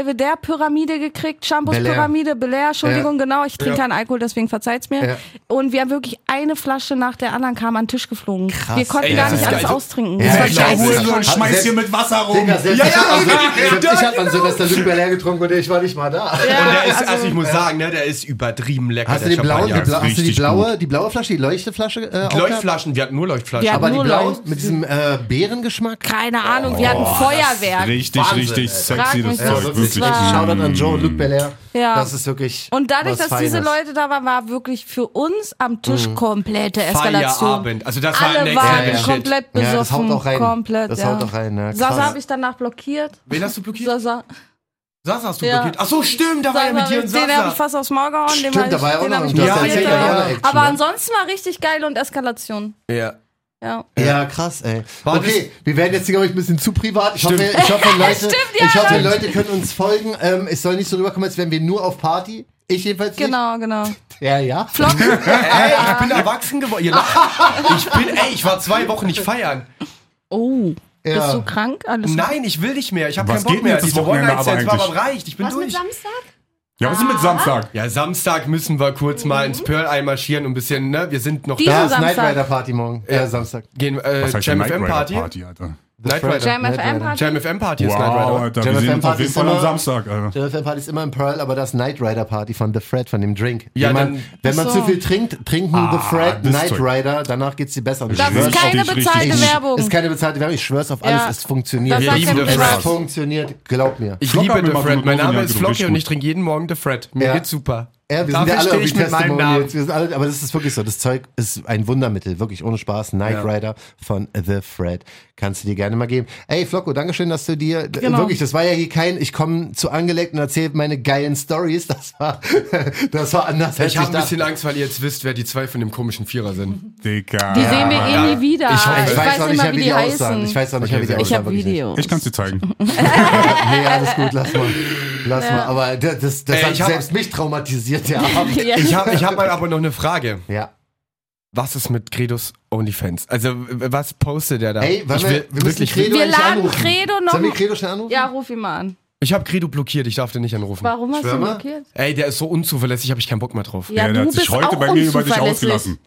Speaker 3: Belvedere-Pyramide gekriegt, Shampoos-Pyramide, Belair, Entschuldigung, genau, ich trinke keinen Alkohol, deswegen verzeiht's mir.
Speaker 4: Ja.
Speaker 3: Und wir haben wirklich eine Flasche nach der anderen kam an den Tisch geflogen. Wir konnten
Speaker 1: Ey,
Speaker 3: gar
Speaker 1: das
Speaker 3: nicht
Speaker 1: ist
Speaker 3: alles
Speaker 1: geil.
Speaker 3: austrinken.
Speaker 4: Ja,
Speaker 3: Das war
Speaker 4: ich
Speaker 3: scheiße.
Speaker 4: auch.
Speaker 5: Hose und
Speaker 4: Hat-
Speaker 5: schmeiß hier
Speaker 4: selbst-
Speaker 5: mit Wasser rum.
Speaker 4: Digga, selbst
Speaker 1: Ja,
Speaker 4: ich
Speaker 1: ja,
Speaker 4: hab an
Speaker 1: ja,
Speaker 4: Silvester- selbst
Speaker 1: ja,
Speaker 4: ich habe
Speaker 1: genau.
Speaker 4: an Silvester Luc Belair getrunken und ich war nicht mal da.
Speaker 1: Und der ist, also, ich muss sagen, ne, der ist übertrieben lecker,
Speaker 4: Hast du,
Speaker 1: der
Speaker 4: den blauen, die
Speaker 1: Champagner.
Speaker 4: bla hast du die,
Speaker 5: richtig
Speaker 4: blaue, die blaue Flasche, die Leuchteflasche äh, auch gehabt?
Speaker 1: Leuchtflaschen, wir hatten nur Leuchtflaschen.
Speaker 3: Ja,
Speaker 4: Aber die
Speaker 3: Nur
Speaker 4: blaue
Speaker 3: Leucht-
Speaker 4: mit diesem äh, Beerengeschmack?
Speaker 3: Keine Ahnung, wir hatten Feuerwerk.
Speaker 5: Richtig,
Speaker 4: Wahnsinn,
Speaker 5: richtig
Speaker 4: ey.
Speaker 5: sexy, das
Speaker 3: Frag mich nicht.
Speaker 5: Zeug. Wirklich.
Speaker 4: Shoutout an Joe, Luc Belair.
Speaker 3: Ja.
Speaker 4: Das ist wirklich
Speaker 3: Und dadurch,
Speaker 4: was
Speaker 3: dass diese
Speaker 4: Feines. Mhm.
Speaker 3: Leute da waren, war wirklich für uns am Tisch komplette Eskalation.
Speaker 1: Feierabend. Also das war
Speaker 3: Alle
Speaker 1: Next
Speaker 3: waren
Speaker 1: Level Shit.
Speaker 3: komplett besoffen.
Speaker 4: Ja, das haut auch rein.
Speaker 3: Komplett,
Speaker 4: Das
Speaker 3: ja.
Speaker 4: haut auch rein, ja, krass.
Speaker 3: Sasa habe ich danach blockiert.
Speaker 1: Wen hast du blockiert?
Speaker 3: Sasa,
Speaker 1: Sasa hast du
Speaker 3: Ja.
Speaker 1: blockiert. Ach so, stimmt, da war
Speaker 3: Sasa
Speaker 1: ja mit dir und
Speaker 3: den habe ich
Speaker 1: Sasa.
Speaker 3: fast aufs Maul gehauen. den
Speaker 4: Stimmt,
Speaker 3: hab ich-
Speaker 4: da war ja auch
Speaker 3: den
Speaker 4: noch
Speaker 3: hab ich
Speaker 4: ein-
Speaker 1: das ist ja
Speaker 3: blockiert,
Speaker 1: sicher
Speaker 3: ja.
Speaker 1: auch noch
Speaker 4: Action,
Speaker 3: Aber
Speaker 4: ne?
Speaker 3: ansonsten war richtig geil und Eskalation.
Speaker 1: Ja.
Speaker 3: Ja.
Speaker 4: Ja, krass, ey.
Speaker 1: War
Speaker 4: okay, wir werden jetzt, glaube ich, ein bisschen zu privat. Ich
Speaker 1: Stimmt.
Speaker 4: hoffe, ich hoffe, Leute,
Speaker 3: Stimmt,
Speaker 4: ich
Speaker 3: ja,
Speaker 4: hoffe
Speaker 3: Leute.
Speaker 4: Leute können uns folgen. Ähm, es soll nicht so rüberkommen, als wären wir nur auf Party. Ich jedenfalls
Speaker 3: Genau, genau.
Speaker 4: nicht. Ja, ja.
Speaker 1: Ey, ich bin erwachsen geworden. Ihr lacht. Ich bin, ey, ich war zwei Wochen nicht feiern.
Speaker 3: Oh,
Speaker 4: Ja.
Speaker 3: bist du krank? Alles klar.
Speaker 1: Nein, ich will nicht mehr. Ich habe
Speaker 5: Was
Speaker 1: keinen Bock
Speaker 5: geht denn
Speaker 1: mehr.
Speaker 5: jetzt das
Speaker 1: Diese
Speaker 5: Wochenende aber
Speaker 1: One-Night-Stands war
Speaker 5: eigentlich?
Speaker 1: aber reicht. Ich bin
Speaker 6: Was mit
Speaker 1: durch.
Speaker 6: Samstag?
Speaker 5: Ja, was ist denn mit Samstag?
Speaker 1: Ja, Samstag müssen wir kurz mal
Speaker 6: Mhm.
Speaker 1: ins Pearl einmarschieren und ein bisschen, ne? Wir sind noch da.
Speaker 4: Da ist
Speaker 3: Samstag.
Speaker 4: Night Rider Party morgen. Ja, äh, Samstag.
Speaker 1: Gehen, äh,
Speaker 5: Was heißt
Speaker 1: Jam
Speaker 5: denn
Speaker 1: FM
Speaker 5: Knight Rider
Speaker 1: Party.
Speaker 5: Party, Alter.
Speaker 1: Night Rider.
Speaker 3: Jam FM Party.
Speaker 1: Jam FM Party ist Night
Speaker 5: Wow,
Speaker 1: Rider.
Speaker 5: Alter,
Speaker 4: Jam
Speaker 5: wir sehen
Speaker 4: FM
Speaker 5: uns auf
Speaker 4: Party
Speaker 5: jeden
Speaker 4: ist
Speaker 5: Fall am
Speaker 4: immer-
Speaker 5: Samstag, Alter.
Speaker 4: Jennifer Party ist immer im Pearl, aber das Night Rider Party von The Fred, von dem Drink.
Speaker 1: Ja,
Speaker 4: wenn man,
Speaker 1: dann-
Speaker 4: wenn man
Speaker 3: Ach so.
Speaker 4: zu viel trinkt, trinken The Fred
Speaker 5: das
Speaker 4: Night
Speaker 5: Zeug.
Speaker 4: Rider, danach geht's dir besser.
Speaker 5: Das
Speaker 3: Das ist
Speaker 5: Richtig,
Speaker 3: keine
Speaker 5: richtig.
Speaker 3: bezahlte
Speaker 5: Ich-
Speaker 3: Werbung.
Speaker 4: ist keine bezahlte Werbung, ich schwör's auf alles,
Speaker 3: Ja.
Speaker 4: es funktioniert.
Speaker 3: Das
Speaker 1: Wir
Speaker 3: sagt
Speaker 1: lieben
Speaker 3: kein
Speaker 1: The
Speaker 3: Mensch.
Speaker 4: es
Speaker 1: Fred.
Speaker 4: funktioniert, glaub mir.
Speaker 1: Ich
Speaker 5: Flocker
Speaker 1: liebe
Speaker 5: haben
Speaker 1: The
Speaker 5: wir
Speaker 1: Fred.
Speaker 5: mal
Speaker 1: Mein
Speaker 5: getrunken,
Speaker 1: Name
Speaker 5: ja,
Speaker 1: ist
Speaker 5: du
Speaker 1: Flocky
Speaker 5: bist
Speaker 1: und
Speaker 5: gut.
Speaker 1: ich trinke jeden Morgen The Fred. Mir
Speaker 4: Ja.
Speaker 1: geht's super.
Speaker 4: Ja, wir sind
Speaker 1: Dafür
Speaker 4: ja alle
Speaker 1: stehe
Speaker 4: irgendwie
Speaker 1: ich mit meinem Namen.
Speaker 4: Testimonials. Wir sind alle, aber das ist wirklich so. Das Zeug ist ein Wundermittel, wirklich ohne Spaß. Night Rider von The Fred. Kannst du dir gerne mal geben. Ey, Flocko, Dankeschön, dass du dir. Wirklich, das war ja hier kein, ich komme zu angelegt und erzähle meine geilen Stories. Das war, das war anders als
Speaker 1: Ich habe ein
Speaker 4: dachte.
Speaker 1: bisschen Angst, weil ihr jetzt wisst, wer die zwei von dem komischen Vierer sind.
Speaker 5: Dicker.
Speaker 3: Die sehen wir eh nie wieder.
Speaker 1: Ich hoffe-
Speaker 4: Ich,
Speaker 1: Ich
Speaker 4: weiß, auch nicht mehr, wie die, aussahen. Ich weiß auch nicht mehr, wie die
Speaker 1: sehr
Speaker 4: aussahen.
Speaker 3: Ich habe
Speaker 4: wirklich nicht.
Speaker 3: Videos.
Speaker 5: Ich kann's dir zeigen.
Speaker 4: Nee, alles gut, lass mal. Lass mal. Aber das, das, das
Speaker 1: Ey,
Speaker 4: hat
Speaker 1: ich hab-
Speaker 4: selbst mich traumatisiert, der Abend.
Speaker 3: Ja.
Speaker 1: Ich habe ich hab mal aber noch eine Frage.
Speaker 4: Ja.
Speaker 1: Was ist mit Credos OnlyFans? Also, w- was postet der da?
Speaker 4: Ey,
Speaker 1: ich
Speaker 4: warte, wir, wir müssen Credo
Speaker 3: Wir
Speaker 4: eigentlich
Speaker 3: laden
Speaker 4: anrufen.
Speaker 3: Credo noch-
Speaker 4: Sollen wir Credo schnell anrufen?
Speaker 3: Ja, ruf ihn mal an.
Speaker 1: ich habe Credo blockiert, ich darf den nicht anrufen.
Speaker 3: Warum hast
Speaker 4: Schwör
Speaker 3: du
Speaker 4: mal.
Speaker 3: blockiert?
Speaker 1: Ey, der ist so unzuverlässig, habe ich keinen Bock mehr drauf.
Speaker 3: Ja,
Speaker 5: der
Speaker 3: du
Speaker 5: hat sich
Speaker 3: bist
Speaker 5: heute
Speaker 3: auch
Speaker 5: bei mir über dich
Speaker 3: unzuverlässig.
Speaker 5: ausgelassen.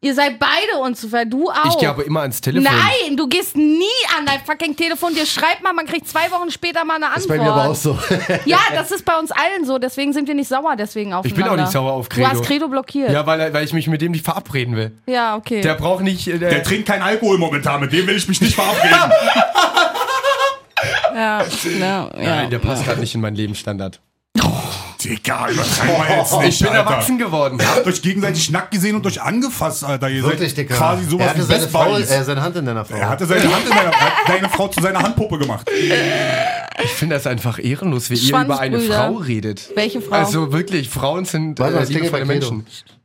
Speaker 3: Ihr seid beide unzuverlässig. Du auch.
Speaker 1: Ich gehe aber immer ans Telefon.
Speaker 3: Nein, du gehst nie an dein fucking Telefon. Dir schreibt man, man kriegt zwei Wochen später mal eine Antwort.
Speaker 4: Das ist bei mir aber auch so.
Speaker 3: Ja, das ist bei uns allen so. Deswegen sind wir nicht sauer deswegen
Speaker 1: Ich
Speaker 3: aufeinander.
Speaker 1: bin auch nicht sauer auf
Speaker 3: Du
Speaker 1: Credo.
Speaker 3: hast Credo blockiert. Ja,
Speaker 1: Ja, weil, er- weil ich mich mit dem nicht verabreden will.
Speaker 3: okay.
Speaker 1: Der braucht nicht. Äh,
Speaker 5: Der trinkt keinen Alkohol momentan, mit dem will ich mich nicht verabreden.
Speaker 3: ja, ja, ja.
Speaker 1: Nein, der passt gerade nicht in meinen Lebensstandard.
Speaker 5: Digga, übertreib mal jetzt
Speaker 4: Oh,
Speaker 5: nicht,
Speaker 1: ich bin
Speaker 5: Alter.
Speaker 1: erwachsen geworden.
Speaker 5: Ihr habt euch gegenseitig nackt gesehen und euch angefasst, Alter. Ihr
Speaker 4: Wirklich,
Speaker 5: seid
Speaker 4: Dicker.
Speaker 5: quasi
Speaker 4: er
Speaker 5: sowas
Speaker 4: hatte
Speaker 5: wie
Speaker 4: seine,
Speaker 5: Best
Speaker 4: Frau,
Speaker 5: Buddies.
Speaker 4: äh, seine Hand in deiner Frau.
Speaker 5: Er hatte seine Hand in deiner, hat deine Frau zu seiner Handpuppe gemacht.
Speaker 1: Ich finde das einfach ehrenlos, wie ihr über eine
Speaker 3: Schwanzbrüder.
Speaker 1: Frau redet.
Speaker 3: Welche Frau?
Speaker 1: Also wirklich, Frauen sind
Speaker 4: Warte mal,
Speaker 1: äh,
Speaker 4: das klingelt bei
Speaker 1: liebevolle
Speaker 4: Credo.
Speaker 1: Menschen.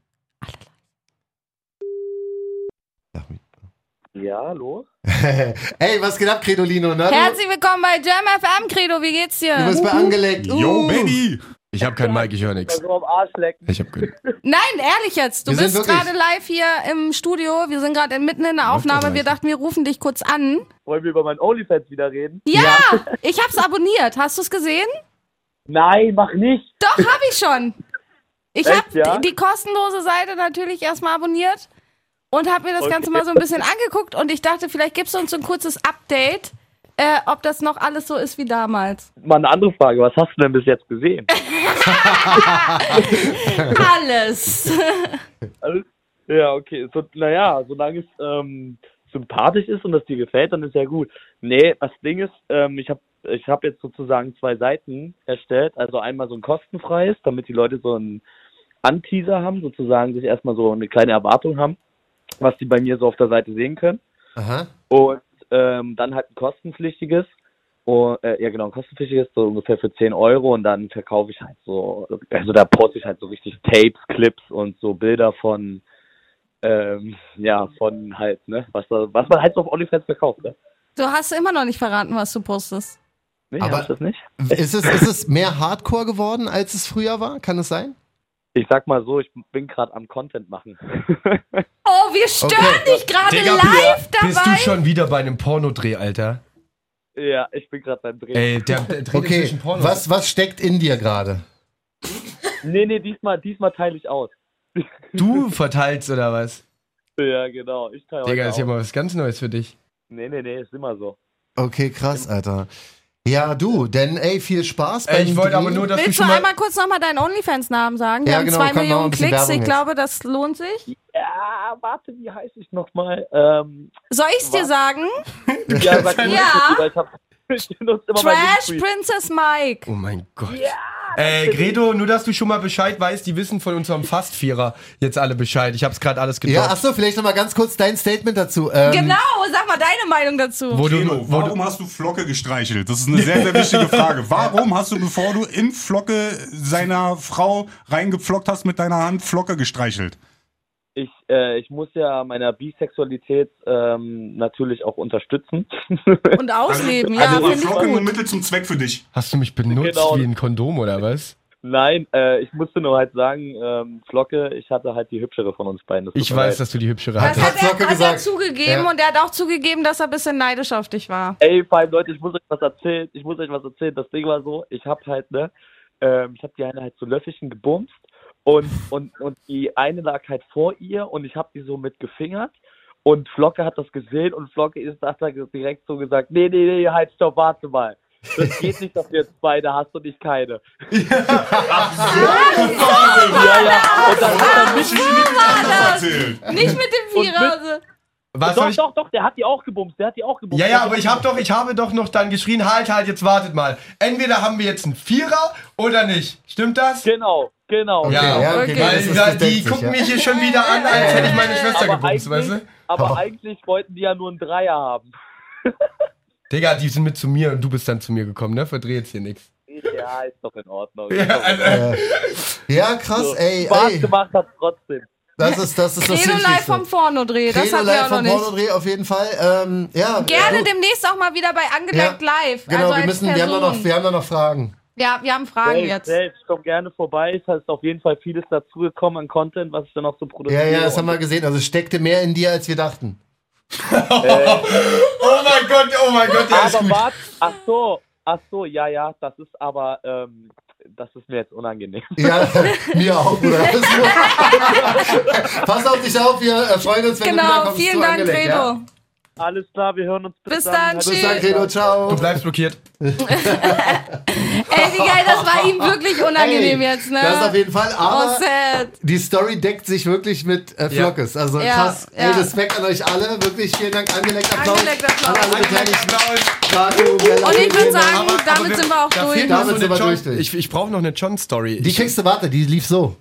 Speaker 9: Ja, hallo?
Speaker 4: Ey, was geht ab, Credolino? Na, du-
Speaker 3: Herzlich willkommen bei Jam FM, Credo. Wie geht's dir?
Speaker 4: du bist bei angelegt.
Speaker 1: Uh.
Speaker 5: Yo, Baby!
Speaker 1: Ich habe keinen Mike, ich höre nichts.
Speaker 9: Also am Arsch lecken.
Speaker 1: Ich habe keinen.
Speaker 3: Nein, ehrlich jetzt. Du
Speaker 4: Wir sind
Speaker 3: bist
Speaker 4: wirklich-
Speaker 3: gerade live hier im Studio. Wir sind gerade mitten in der Aufnahme. Wir dachten, wir rufen dich kurz an.
Speaker 9: Wollen wir über meinen OnlyFans wieder reden?
Speaker 3: Ja, ich hab's abonniert. Hast du's gesehen?
Speaker 9: Nein, mach nicht.
Speaker 3: Doch, hab ich schon. Ich
Speaker 9: Echt,
Speaker 3: hab
Speaker 9: ja?
Speaker 3: die, die kostenlose Seite natürlich erstmal abonniert und hab mir das Ganze mal so ein bisschen angeguckt und ich dachte, vielleicht gibst du uns so ein kurzes Update, äh, ob das noch alles so ist wie damals.
Speaker 9: Mal eine andere Frage. Was hast du denn bis jetzt gesehen?
Speaker 3: Alles.
Speaker 9: Also, ja, okay. So, naja, solange es ähm, sympathisch ist und das dir gefällt, dann ist ja gut. Nee, das Ding ist, ähm, ich habe ich hab jetzt sozusagen zwei Seiten erstellt. Also einmal so ein kostenfreies, damit die Leute so einen Anteaser haben, sozusagen sich erstmal so eine kleine Erwartung haben, was die bei mir so auf der Seite sehen können.
Speaker 4: Aha.
Speaker 9: Und ähm, dann halt ein kostenpflichtiges. Und, äh, ja, genau, ein kostenpflichtiges, so ungefähr für 10 Euro. Und dann verkaufe ich halt so, also da poste ich halt so richtig Tapes, Clips und so Bilder von, ähm, ja, von halt, ne, was, da- was man halt so auf OnlyFans verkauft, ne?
Speaker 3: Du hast immer noch nicht verraten, was du postest.
Speaker 9: Nee,
Speaker 4: Aber-
Speaker 9: hast du das nicht?
Speaker 4: Ist es, ist es mehr Hardcore geworden, als es früher war? Kann es sein?
Speaker 9: Ich sag mal so, ich bin gerade am Content machen.
Speaker 3: Oh, wir stören
Speaker 4: Okay.
Speaker 3: dich gerade
Speaker 1: Digga,
Speaker 3: live
Speaker 1: Bist du
Speaker 3: dabei.
Speaker 1: schon wieder bei einem Pornodreh, Alter?
Speaker 9: ja, ich bin gerade beim Drehen.
Speaker 1: Ey, der, der dreht
Speaker 4: Okay,
Speaker 1: inzwischen Pornos.
Speaker 4: was, was steckt in dir gerade?
Speaker 9: Nee, nee, diesmal, diesmal teile ich aus.
Speaker 1: Du verteilst oder was?
Speaker 9: Ja, genau, ich teile
Speaker 1: Digga,
Speaker 9: heute
Speaker 1: ist ja
Speaker 9: aus.
Speaker 1: mal was ganz Neues für dich.
Speaker 9: Nee, nee, nee, ist immer so.
Speaker 4: Okay, krass, Alter. Ja, du, denn ey, viel Spaß
Speaker 1: Ey,
Speaker 4: beim
Speaker 1: ich wollte
Speaker 4: Drehen.
Speaker 1: aber nur, dass
Speaker 3: Willst
Speaker 1: du
Speaker 3: du
Speaker 1: schon mal...
Speaker 3: einmal kurz nochmal deinen OnlyFans-Namen sagen? Wir
Speaker 4: Ja,
Speaker 3: haben
Speaker 4: genau,
Speaker 3: zwei
Speaker 4: komm, noch
Speaker 3: Millionen
Speaker 4: ein bisschen
Speaker 3: Klicks.
Speaker 4: Werbung
Speaker 3: Ich
Speaker 4: jetzt.
Speaker 3: glaube, das lohnt sich.
Speaker 9: Ja, Ah, warte, wie heiße ich nochmal? Ähm,
Speaker 3: Soll ich's dir
Speaker 9: Was?
Speaker 3: sagen?
Speaker 9: Ja, sag mir
Speaker 3: Ja.
Speaker 9: das lieber. Ich, hab, ich benutze immer
Speaker 3: Trash
Speaker 9: mein Linktree.
Speaker 3: Princess Mike.
Speaker 1: Oh mein Gott. Ey, Gredo, nur dass du schon mal Bescheid weißt, die wissen von unserem Fastvierer jetzt alle Bescheid. Ich hab's gerade alles
Speaker 4: Ja,
Speaker 1: gedroppt.
Speaker 4: achso, vielleicht nochmal ganz kurz dein Statement dazu. Ähm,
Speaker 3: Genau, sag mal deine Meinung dazu.
Speaker 1: wo du,
Speaker 5: Keno,
Speaker 1: wo du,
Speaker 5: warum hast du Flocke gestreichelt? Das ist eine sehr, sehr wichtige Frage. Warum hast du, bevor du in Flocke seiner Frau reingepflockt hast mit deiner Hand, Flocke gestreichelt?
Speaker 9: ich, äh, ich muss ja meiner Bisexualität ähm, natürlich auch unterstützen.
Speaker 7: Und ausleben, ja,
Speaker 5: Also war
Speaker 7: finde ich
Speaker 5: Flocken nur
Speaker 7: gut.
Speaker 5: Mittel zum Zweck für dich.
Speaker 1: Hast du mich benutzt
Speaker 9: Genau.
Speaker 1: wie ein Kondom oder was?
Speaker 9: Nein, äh, ich musste nur halt sagen, ähm, Flocke, ich hatte halt die hübschere von uns beiden. Das tut
Speaker 1: Ich
Speaker 9: mir
Speaker 1: weiß,
Speaker 9: leid.
Speaker 1: dass du die hübschere
Speaker 7: Das
Speaker 1: hattest.
Speaker 7: hat er,
Speaker 4: Hat Socke
Speaker 7: hat er
Speaker 4: gesagt.
Speaker 7: zugegeben
Speaker 4: Ja.
Speaker 7: und er hat auch zugegeben, dass er ein bisschen neidisch auf dich war.
Speaker 9: Ey, vor allem, Leute, ich muss euch was erzählen. Ich muss euch was erzählen. Das Ding war so, ich hab halt, ne, ähm, ich hab die eine halt zu Löffelchen gebumst und, und, und die eine lag halt vor ihr und ich hab die so mit gefingert und Flocke hat das gesehen und Flocke ist hat da direkt so gesagt, nee, nee, nee, halt, stopp, warte mal. Das geht nicht, dass du jetzt beide hast und ich keine. Ja, ja. Und dann hat er mich,
Speaker 5: so war das. Erzählt.
Speaker 7: Nicht mit dem
Speaker 9: Und mit-
Speaker 7: Vierer. also.
Speaker 1: Was hab
Speaker 9: doch,
Speaker 1: ich?
Speaker 9: doch, doch, der hat die auch gebumst, der hat die auch gebumst.
Speaker 1: Ja, ja, aber ich habe doch, ich habe doch noch dann geschrien, halt, halt, jetzt wartet mal. Entweder haben wir jetzt einen Vierer oder nicht. Stimmt das?
Speaker 9: Genau, genau.
Speaker 1: Ja,
Speaker 7: okay.
Speaker 1: Weil
Speaker 4: das
Speaker 1: die,
Speaker 4: ist- das
Speaker 1: die
Speaker 4: deckt sich,
Speaker 1: gucken
Speaker 4: ja.
Speaker 1: mich hier schon wieder an, als hätte ich meine Schwester
Speaker 9: Aber,
Speaker 1: gebumst,
Speaker 9: eigentlich,
Speaker 1: weißt du?
Speaker 9: aber
Speaker 1: Oh.
Speaker 9: eigentlich wollten die ja nur einen Dreier haben.
Speaker 1: Digga, die sind mit zu mir und du bist dann zu mir gekommen, ne? Verdreh jetzt hier nichts.
Speaker 9: Ja, ist doch in Ordnung.
Speaker 1: Ja, also,
Speaker 4: Äh, Ja, krass, ey,
Speaker 9: Spaß
Speaker 4: ey.
Speaker 9: gemacht hat trotzdem.
Speaker 4: Das ist das, ist das
Speaker 7: Credo live
Speaker 4: Wichtigste.
Speaker 7: vom Pornodreh, das
Speaker 4: Credo
Speaker 7: hatten wir
Speaker 4: live
Speaker 7: auch noch
Speaker 4: vom
Speaker 7: nicht.
Speaker 4: Pornodreh auf jeden Fall. Ähm, ja,
Speaker 7: Gerne
Speaker 4: du,
Speaker 7: demnächst auch mal wieder bei Angelangt
Speaker 4: Ja,
Speaker 7: live.
Speaker 4: Genau,
Speaker 7: also
Speaker 4: wir,
Speaker 7: als
Speaker 4: müssen, wir, haben
Speaker 7: Person.
Speaker 4: da noch, wir haben da noch Fragen.
Speaker 7: ja, wir haben Fragen jetzt.
Speaker 9: selbst, komm gerne vorbei. Es ist auf jeden Fall vieles dazugekommen an Content, was ich dann noch so
Speaker 4: Ja,
Speaker 9: produziere.
Speaker 4: ja, das haben wir gesehen. Also steckte mehr in dir, als wir dachten.
Speaker 1: oh mein Gott, oh mein Gott, der ist
Speaker 9: aber
Speaker 1: gut.
Speaker 9: warte, ach so, ach so, ja, ja, das ist aber, ähm, das ist mir jetzt unangenehm.
Speaker 4: Ja, mir auch, Bruder. Pass auf dich auf, wir äh, freuen uns, wenn du
Speaker 7: Genau,
Speaker 4: wiederkommst.
Speaker 7: vielen
Speaker 4: zu
Speaker 7: Dank,
Speaker 4: Angelegt,
Speaker 7: Credo.
Speaker 4: Ja?
Speaker 9: Alles klar, wir hören uns.
Speaker 7: Bis dann,
Speaker 9: Bis
Speaker 7: tschüss.
Speaker 4: Bis dann, Credo,
Speaker 1: Du
Speaker 4: ciao.
Speaker 1: bleibst blockiert.
Speaker 7: Ey, wie geil, das war ihm wirklich unangenehm
Speaker 4: Ey,
Speaker 7: jetzt, ne?
Speaker 4: Das auf jeden Fall, aber
Speaker 7: Oh, sad.
Speaker 4: die Story deckt sich wirklich mit äh,
Speaker 1: Ja.
Speaker 4: Flockes. Also
Speaker 7: Ja,
Speaker 4: krass.
Speaker 7: ja.
Speaker 4: Ey, Respekt an euch alle. Wirklich vielen Dank. Angelegt Applaus.
Speaker 7: Angeleckt Applaus.
Speaker 4: An alle Beteiligten.
Speaker 1: Damit
Speaker 4: Kanu, Bella,
Speaker 7: Und ich würde sagen,
Speaker 1: Aber- aber
Speaker 7: damit
Speaker 1: wir-
Speaker 7: sind wir auch
Speaker 1: da
Speaker 7: durch.
Speaker 1: fehlt noch
Speaker 4: Damit
Speaker 1: so
Speaker 4: sind
Speaker 1: eine
Speaker 4: wir
Speaker 1: John-
Speaker 4: durch.
Speaker 1: Ich, ich brauche noch eine John-Story.
Speaker 4: Die kriegst du, warte, die lief so.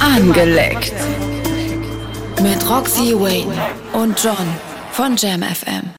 Speaker 2: Angeleckt. Mit Roxy Wayne und John von Jam FM.